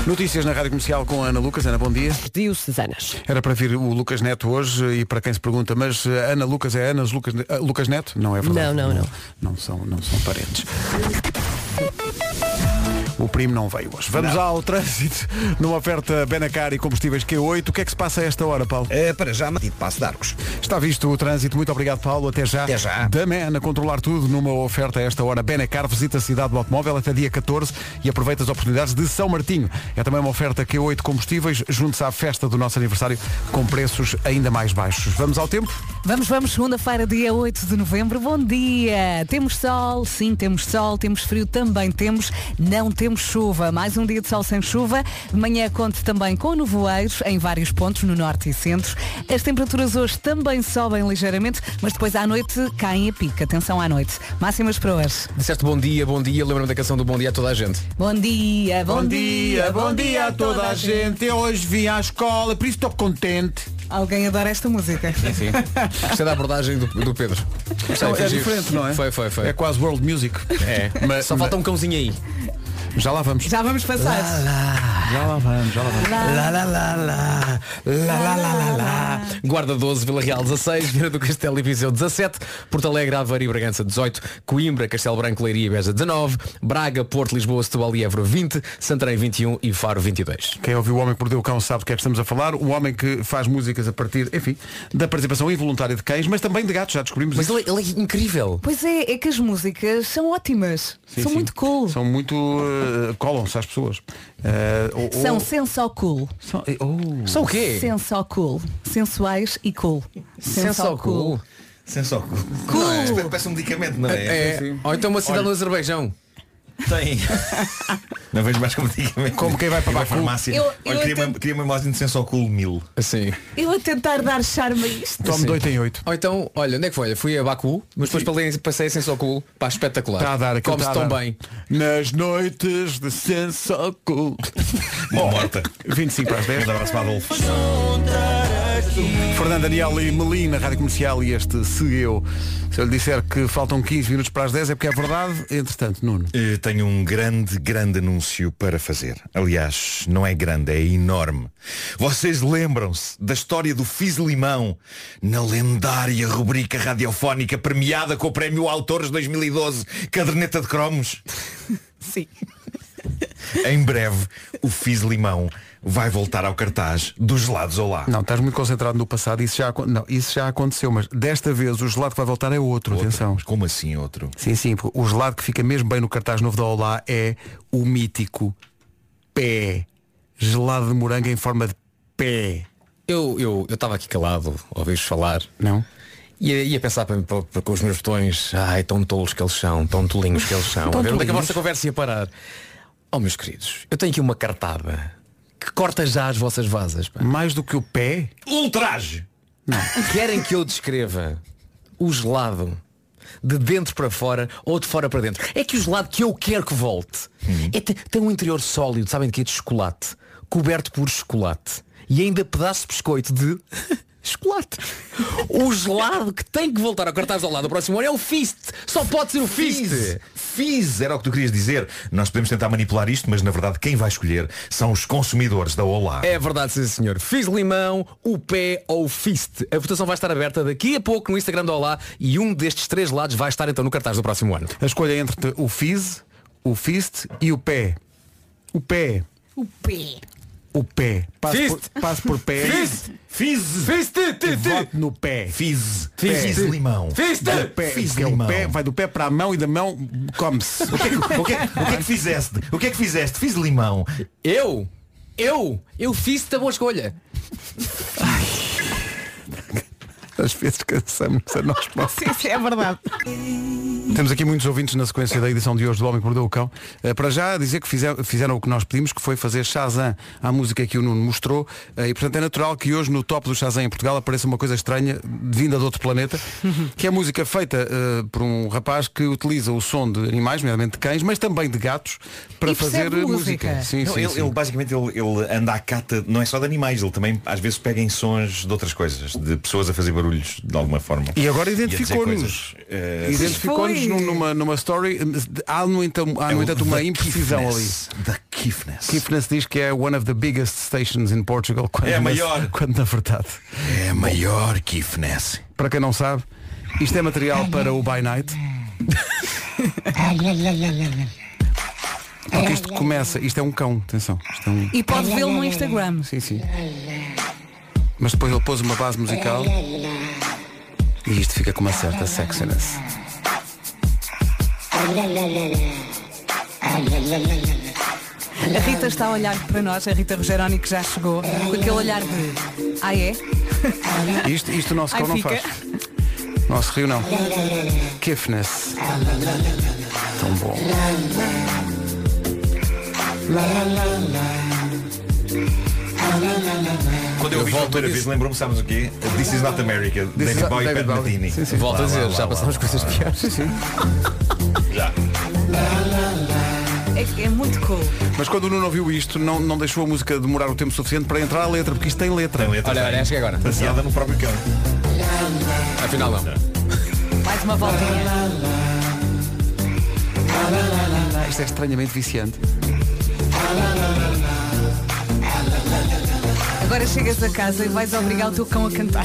S1: Notícias na Rádio Comercial com a Ana Lucas. Ana, bom dia.
S2: Pediu Cesanas.
S1: Era para vir o Lucas Neto hoje e para quem se pergunta, mas eh, Ana Lucas é Ana Lucas, eh, Lucas Neto? Não é verdade.
S2: Não, não, não.
S1: Não são, não são parentes. O primo não veio hoje. Vamos ao trânsito numa oferta Benacar e combustíveis Q8. O que é que se passa a esta hora, Paulo?
S8: É,
S3: para já, Matido Passo de Arcos.
S1: Está visto o trânsito. Muito obrigado, Paulo. Até já. Até já. Da Man a controlar tudo numa oferta a esta hora. Benacar visita a cidade do automóvel até dia 14 e aproveita as oportunidades de São Martinho. É também uma oferta Q8 combustíveis. Junte-se à festa do nosso aniversário com preços ainda mais baixos. Vamos ao tempo?
S4: Vamos, vamos, segunda-feira, dia 8 de novembro. Bom dia! Temos sol, sim, temos sol, temos frio, também temos, não temos chuva. Mais um dia de sol sem chuva. Manhã conte também com nevoeiros em vários pontos no norte e centro. As temperaturas hoje também sobem ligeiramente, mas depois à noite caem a pique. Atenção à noite. Máximas para hoje.
S6: Disseste bom dia, bom dia, lembra-me da canção do bom dia a toda a gente.
S4: Bom dia, bom,
S1: Eu hoje vim à escola, por isso estou contente.
S4: Alguém adora esta música.
S6: Sim. Gostei é da abordagem do, do Pedro. Gostei,
S1: Não,
S6: foi
S1: é
S6: giro.
S1: diferente, não é?
S6: Foi, foi, foi.
S1: É quase world music.
S6: É. Só falta um cãozinho aí.
S1: Já lá vamos.
S4: Já vamos passar.
S1: um. Já lá vamos, já lá vamos.
S6: Lá, lá, lá, lá. Lá, lá, lá, lá, lá. Guarda 12, Vila Real 16, Vieira do Castelo e Viseu 17, Porto Alegre, Aveiro e Bragança 18, Coimbra, Castelo Branco, Leiria e Beja 19, Braga, Porto, Lisboa, Setúbal e Évora 20, Santarém 21 e Faro 22.
S1: Quem ouviu o Homem que Mordeu o Cão sabe do que é que estamos a falar. O homem que faz músicas a partir, enfim, da participação involuntária de cães, mas também de gatos, já descobrimos
S6: Mas
S1: isso.
S6: ele, ele é incrível.
S4: Pois é, é que as músicas são ótimas.
S1: Sim,
S4: são
S1: sim.
S4: muito cool.
S1: São muito. eh, colam-se às pessoas. Eh, ou- ou-
S4: São senso cool.
S1: São, eh, oh.
S4: Senso cool. Sensuais e cool. Senso cool.
S8: Sensó
S4: Cool.
S8: Não é? Parece um medicamento, não é?
S6: É, ou então uma cidade do Azerbaijão.
S8: Tem. não vejo mais como medicamento.
S1: Como é? quem vai para
S8: a
S1: Baku.
S8: farmácia.
S4: Eu- eu
S8: Olha, queria, uma, queria uma embalagem de Sensó Cool 1000.
S6: Sim.
S4: Eu a tentar dar charme a isto.
S1: Tome de 8 em 8.
S6: Ou então, olha, onde é que foi? Olha, fui a Baku, mas depois para passei sem só cool. Pá, espetacular.
S1: Está a dar aquilo
S6: Come-se
S1: está a
S6: tão
S1: dar.
S6: bem.
S1: Nas noites de senso cool.
S8: Uma morta.
S1: 25 para as 10.
S8: Um abraço para Adolfo.
S13: Juntar
S1: Fernando Daniel e Melina, Rádio Comercial e este Se Eu. Se eu lhe disser que faltam 15 minutos para as 10 é porque é verdade. Entretanto, Nuno.
S8: Eh, Tenho um grande, grande anúncio para fazer. Aliás, não é grande, é enorme. Vocês lembram-se da história do Fiz Limão na lendária rubrica radiofónica premiada com o Prémio Autores 2012, Caderneta de Cromos?
S4: Sim.
S8: Em breve, o Fiz Limão vai voltar ao cartaz dos lados ao lá.
S1: Não, estás muito concentrado no passado. Isso já, acon- não, isso já aconteceu, mas desta vez o gelado que vai voltar é outro. Atenção.
S8: Como assim outro?
S1: Sim, sim. porque O gelado que fica mesmo bem no cartaz novo da Olá é o mítico pé. Gelado de morango em forma de pé.
S6: Eu eu eu estava aqui calado a ouvir-vos falar.
S1: Não.
S6: E ia pensar para, para, para com os meus botões, ai, tão tolos que eles são, tão tolinhos que eles são.
S11: Tão
S6: a ver onde é que a
S11: tolinhos.
S6: vossa conversa ia parar. Oh, meus queridos, eu tenho aqui uma cartada que corta já as vossas vasas.
S1: Mais do que o pé?
S8: Ultraje!
S6: Um Querem que eu descreva o gelado de dentro para fora ou de fora para dentro? É que o gelado que eu quero que volte é te- tem um interior sólido, sabem de que é de chocolate, coberto por chocolate e ainda pedaço de biscoito de chocolate. O gelado que tem que voltar ao cartaz ao lado do próximo ano é o Fist. Só pode ser o Fist.
S8: Fiz, fiz, era o que tu querias dizer. Nós podemos tentar manipular isto, mas na verdade quem vai escolher são os consumidores da Olá.
S6: É verdade, sim senhor. Fiz limão, o pé ou o fist. A votação vai estar aberta daqui a pouco no Instagram do Olá e um destes três lados vai estar então no cartaz do próximo ano.
S1: A escolha é entre o Fizz, o Fist e o pé. O pé.
S4: O pé.
S1: O pé. Passo por,
S6: Fist.
S1: passo por pé.
S6: Fist.
S8: Fiz.
S6: Fist.
S1: Voto no pé.
S8: Fiz.
S1: Pé.
S8: Fiz limão.
S6: Fist.
S1: Do pé,
S8: Fiz
S1: que é o
S8: limão.
S1: pé, vai do pé para a mão e da mão come-se.
S8: O que, é que, o, que é, que- o que é que fizeste? O que é que fizeste? Fiz limão.
S6: Eu? Eu? Eu fiz da boa escolha.
S1: Às vezes cansamos a nós próprios.
S4: Sim, sim, é verdade.
S1: Temos aqui muitos ouvintes na sequência da edição de hoje do Homem que Mordeu o Cão. Eh, Para já dizer que fizeram, fizeram o que nós pedimos, que foi fazer Shazam à música que o Nuno mostrou. Eh, E portanto é natural que hoje no top do Shazam em Portugal apareça uma coisa estranha, vinda de outro planeta, que é música feita eh, por um rapaz que utiliza o som de animais, nomeadamente de cães, mas também de gatos, para
S4: E percebe
S1: fazer música.
S4: música.
S1: Sim,
S8: Não,
S1: sim,
S8: ele,
S1: sim.
S8: ele, basicamente ele, ele anda à cata, não é só de animais, ele também às vezes pega em sons de outras coisas, de pessoas a fazer barulhos de alguma forma.
S1: E agora
S8: a dizer
S1: identificou-nos.
S8: coisas, eh,
S1: Identificou-nos
S4: Foi.
S1: num- numa, numa story. Há, no, entanto, há,
S8: É
S1: no
S8: o
S1: entanto, uma
S8: The
S1: imprecisão ali.
S8: Kiffness. The Kiffness.
S1: Kipnis diz que é one of the biggest stations in Portugal. Quando
S8: É a
S1: na-
S8: maior.
S1: Quando na verdade.
S8: É a maior Kiffness.
S1: Para quem não sabe, isto é material para o By Night. Porque isto começa, isto é um cão, atenção. Isto é um...
S4: E pode vê-lo no Instagram.
S1: Sim, sim. Mas depois ele pôs uma base musical e isto fica com uma certa sexiness.
S4: A Rita está a olhar para nós, a Rita Rogeroni que já chegou, com aquele olhar de. Ah é?
S1: Isto, isto o nosso
S4: Ai,
S1: cão não
S4: fica.
S1: faz. Nosso rio não. Kiffness. Tão bom.
S8: Quando eu, vi pela primeira vez, lembrou-me, sabes o quê? This is not America,
S1: is
S8: David
S1: not-
S8: Bowie e
S1: David
S8: Pat
S1: Bowie.
S8: Metheny.
S1: Sim, sim.
S6: Volto
S8: Lá,
S6: a dizer,
S8: lá,
S6: já
S8: lá,
S6: passamos
S8: lá.
S6: coisas piores.
S1: Sim, sim.
S8: Já.
S4: É, que é muito cool.
S1: Mas quando o Nuno ouviu isto, não, não deixou a música demorar o tempo suficiente para entrar a letra, porque isto tem letra.
S8: Tem letra,
S6: Olha,
S8: tem.
S6: olha, acho que é agora.
S8: Baseada no próprio cão.
S6: Afinal
S8: Tá
S6: não.
S4: Mais uma voltinha.
S1: Ah, isto é estranhamente viciante.
S4: Agora chegas a casa e vais obrigar o teu cão a cantar.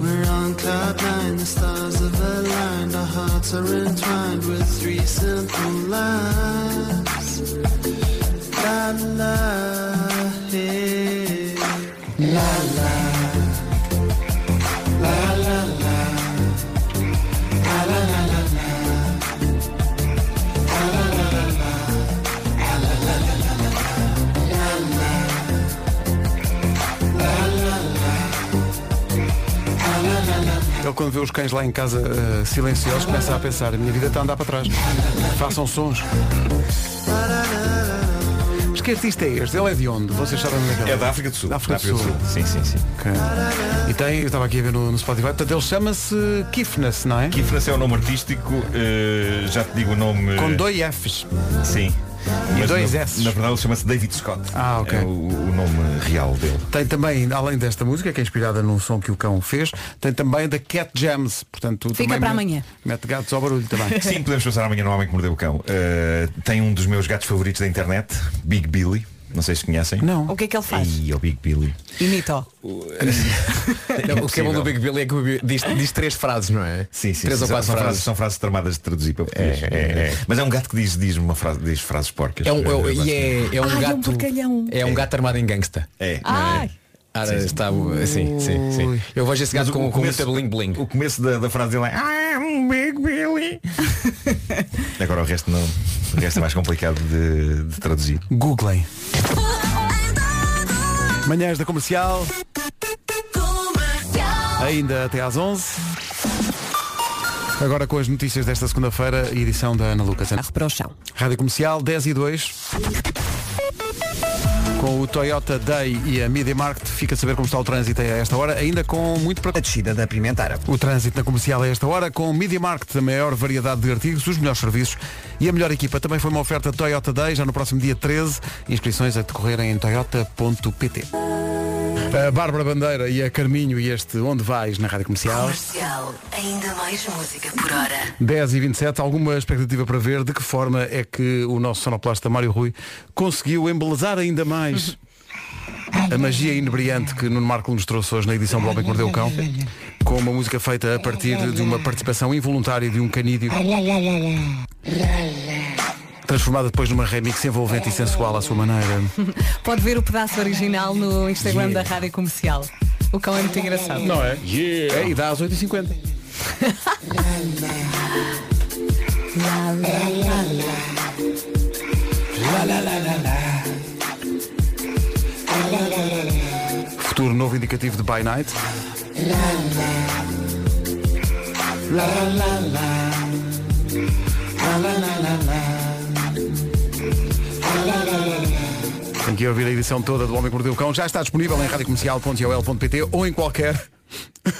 S12: We're on cloud intertwined with three simple lines. La la, hey. la la, la la la, la la la la la, la la la la la, la la la la la la la, la la, la la la la la.
S1: Ele quando vê os cães lá em casa eh, silenciosos começa a pensar, a minha vida está a andar para trás. Façam sons. Mas que artista é este? Ele é de onde? Vocês sabem onde é que ele
S8: É da África do Sul.
S1: Da África,
S8: Da
S1: do Sul.
S8: Sim, sim, sim.
S1: Ok. E tem, eu estava aqui a ver no, no Spotify, portanto ele chama-se Kifness, não é?
S8: Kifness é o nome artístico, eh, já te digo o nome.
S1: Com dois Fs.
S8: Sim.
S1: E
S8: Mas
S1: dois
S8: na,
S1: Ss.
S8: Na verdade ele chama-se David Scott.
S1: Ah, ok.
S8: É o, o nome real dele.
S1: Tem também, além desta música, que é inspirada num som que o cão fez, tem também da Cat Jams. Portanto,
S4: Fica
S1: também
S4: para
S1: mete-
S4: amanhã.
S1: Mete gatos ao barulho também.
S8: Sim, podemos passar amanhã no Homem que Mordeu o Cão. Eh, tem um dos meus gatos favoritos da internet, Big Billy. Não sei se conhecem.
S1: Não.
S4: O que é que ele faz?
S8: E o Big Billy.
S4: Imita.
S6: o que é bom do Big Bill é que diz, diz três frases, não é?
S8: Sim, sim,
S6: Três
S8: sim.
S6: ou quatro
S8: são, são
S6: frases.
S8: São frases tramadas de traduzir para português.
S6: É, é, é.
S8: Mas é um gato que diz, diz uma frase, diz frases porcas.
S6: É um, é, um-
S8: Eh,
S6: e é, é um
S4: Ai, é um
S6: gato.
S4: porcalhão.
S6: É um gato armado em gangsta.
S8: É.
S4: Ai.
S6: Ah, está assim, sim, sim. Eu vejo esse gato
S8: Mas o-
S6: com,
S8: o
S6: com
S8: começo-
S6: muita bling bling.
S8: O começo da, da frase dele é "I am Big Billy. Agora o resto não. O resto é mais complicado de, de traduzir.
S1: Googlem. Manhãs da comercial. Ainda até às 11. Agora com as notícias desta segunda-feira, edição da Ana Lucas. Arre
S14: para o chão.
S1: Rádio Comercial 10 e 2. Com o Toyota Day e a Media Market, fica a saber como está o trânsito a esta hora, ainda com muito para. A
S3: descida da Pimenteira.
S1: O trânsito na comercial a esta hora, com o Media Market, a maior variedade de artigos, os melhores serviços e a melhor equipa. Também foi uma oferta Toyota Day, já no próximo dia 13. Inscrições a decorrerem em toyota.pt. A Bárbara Bandeira e a Carminho e este Onde Vais na Rádio Comercial.
S15: Comercial. Ainda mais música por hora.
S1: 10 e 27, alguma expectativa para ver de que forma é que o nosso sonoplasta Mário Rui conseguiu embelezar ainda mais a magia inebriante que Nuno Marco nos trouxe hoje na edição do Homem que Mordeu o Cão, com uma música feita a partir de uma participação involuntária de um canídeo, transformada depois numa remix envolvente e sensual à sua maneira.
S4: Pode ver o pedaço original no Instagram da Rádio Comercial. O cão é muito engraçado.
S1: Não é? É, e dá às 8h50. Futuro novo indicativo de By Night.
S12: La la la. La la la la la. La la la la la.
S1: Tem que ir ouvir a edição toda do Homem que Mordeu o Cão. Já está disponível em radiocomercial.ol.pt ou em qualquer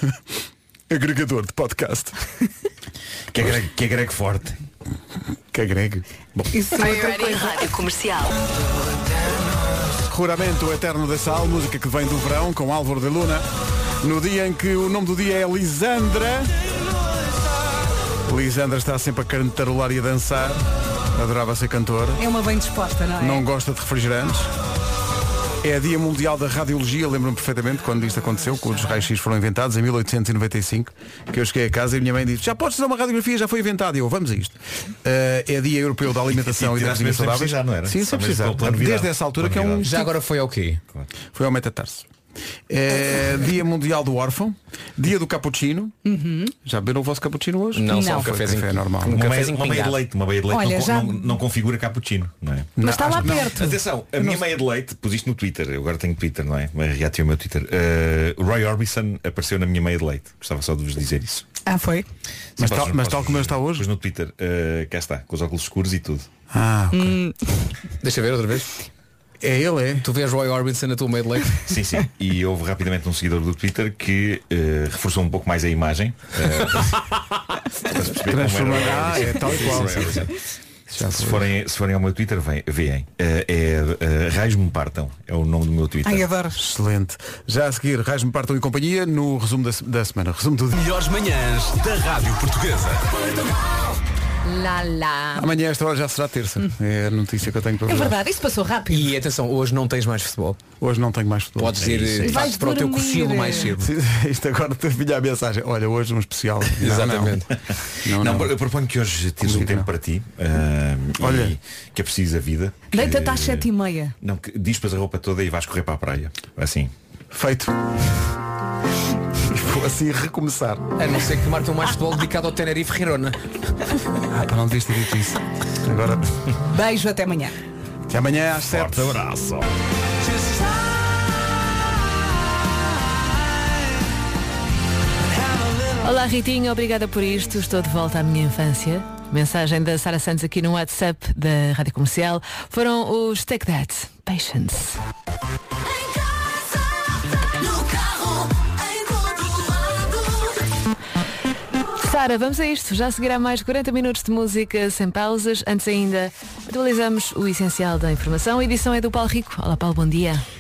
S1: agregador de podcast.
S8: Que é grego, que é grego forte.
S1: Que é grego. Bom.
S4: Isso é outra coisa.
S15: Rádio Comercial.
S1: Juramento Eterno da Sal, música que vem do verão, com Álvaro de Luna. No dia em que o nome do dia é Lisandra. Lisandra está sempre a cantarolar e a dançar. Adorava ser cantora.
S4: É uma bem disposta, não é?
S1: Não gosta de refrigerantes. É dia mundial da radiologia, lembro-me perfeitamente quando isto aconteceu, quando os raios-x foram inventados em 1895, que eu cheguei a casa e a minha mãe disse, já podes fazer uma radiografia, já foi inventada. E eu, vamos a isto. Ah, é dia europeu da alimentação
S8: E- e
S1: e, da
S8: tiraste mesmo sem
S1: cozinha saudável.
S8: precisar, não era?
S1: Sim,
S8: Só mesmo
S1: sem precisar.
S8: pela planovidade.
S1: Desde essa altura que é um...
S6: Já agora foi ao quê?
S1: Foi ao metatarso. É dia mundial do órfão, dia do cappuccino. Já beberam o vosso cappuccino hoje?
S6: Não, só
S4: Uhum. Não.
S6: um
S1: Foi
S6: cafezinho.
S1: café normal.
S6: Um
S8: Uma meia,
S6: cafezinho
S8: uma meia de
S6: pingado.
S8: leite, uma meia de leite
S4: Olha,
S8: não,
S4: já-
S8: não- não configura cappuccino, não é?
S1: Não,
S4: Mas está lá
S1: acho que não.
S4: perto.
S8: Atenção, a minha meia de leite, pus isto no Twitter, eu agora tenho Twitter, não é? Mas reatei o meu Twitter. Eh, Roy Orbison apareceu na minha meia de leite. Gostava só de vos dizer isso.
S4: Ah, foi?
S1: Mas
S8: Sim,
S1: tal-
S8: posso-
S1: mas
S8: posso-
S1: tal como ele está hoje?
S8: Pus no Twitter, eh, cá está, com os óculos escuros e tudo.
S1: Ah, ok.
S6: Deixa ver outra vez.
S1: É ele, é?
S6: Tu vês Roy Orbison na tua meio de leite.
S8: Sim, sim. E houve rapidamente um seguidor do Twitter que eh, reforçou um pouco mais a imagem. eh,
S1: Transformou-
S8: Transformou.
S1: Ah, é tal e qual.
S8: Se forem, se forem ao meu Twitter, vem, veem. Eh, é eh, Raios Me Partam, é o nome do meu Twitter.
S4: Ai, adoro.
S1: Excelente. Já a seguir, Raiz-me Partam e Companhia no resumo da, se- da semana. Resumo do dia.
S16: Melhores manhãs da Rádio Portuguesa.
S4: Lá, lá.
S1: Amanhã esta hora já será terça. É a notícia que eu tenho para
S4: Hum. É
S1: vos dar.
S4: verdade, isso passou rápido.
S6: E atenção, hoje não tens mais futebol.
S1: Hoje não tenho mais futebol. É
S6: Podes ir, eh,
S4: Vais
S6: fazes para o teu
S4: dormir.
S6: cochilo mais cedo.
S1: Sim, Isto agora te vinha a mensagem. Olha, hoje um especial. Não,
S6: Exatamente.
S1: Não, não.
S8: Não, eu proponho que hoje tires um
S1: Comigo
S8: tempo
S1: não.
S8: para ti. ah,
S1: Olha.
S8: E que é preciso a vida. que-
S4: Deita-te às sete e meia.
S8: Não, que dispas a roupa toda e vais correr para a praia. Assim.
S1: Feito. Vou assim recomeçar.
S6: A não ser que marcam mais futebol dedicado ao Tenerife Girona.
S1: Ah, para não devias ter dito isso. Agora,
S4: Beijo, até amanhã.
S1: até amanhã às 7.
S8: abraço.
S17: Olá Ritinho, obrigada por isto. Estou de volta à minha infância. Mensagem da Sara Santos aqui no WhatsApp da Rádio Comercial. Foram os Take That, Patience. Sara, vamos a isto. Já seguirá mais 40 minutos de música sem pausas. Antes ainda, atualizamos o essencial da informação. A edição é do Paulo Rico. Olá Paulo, bom dia.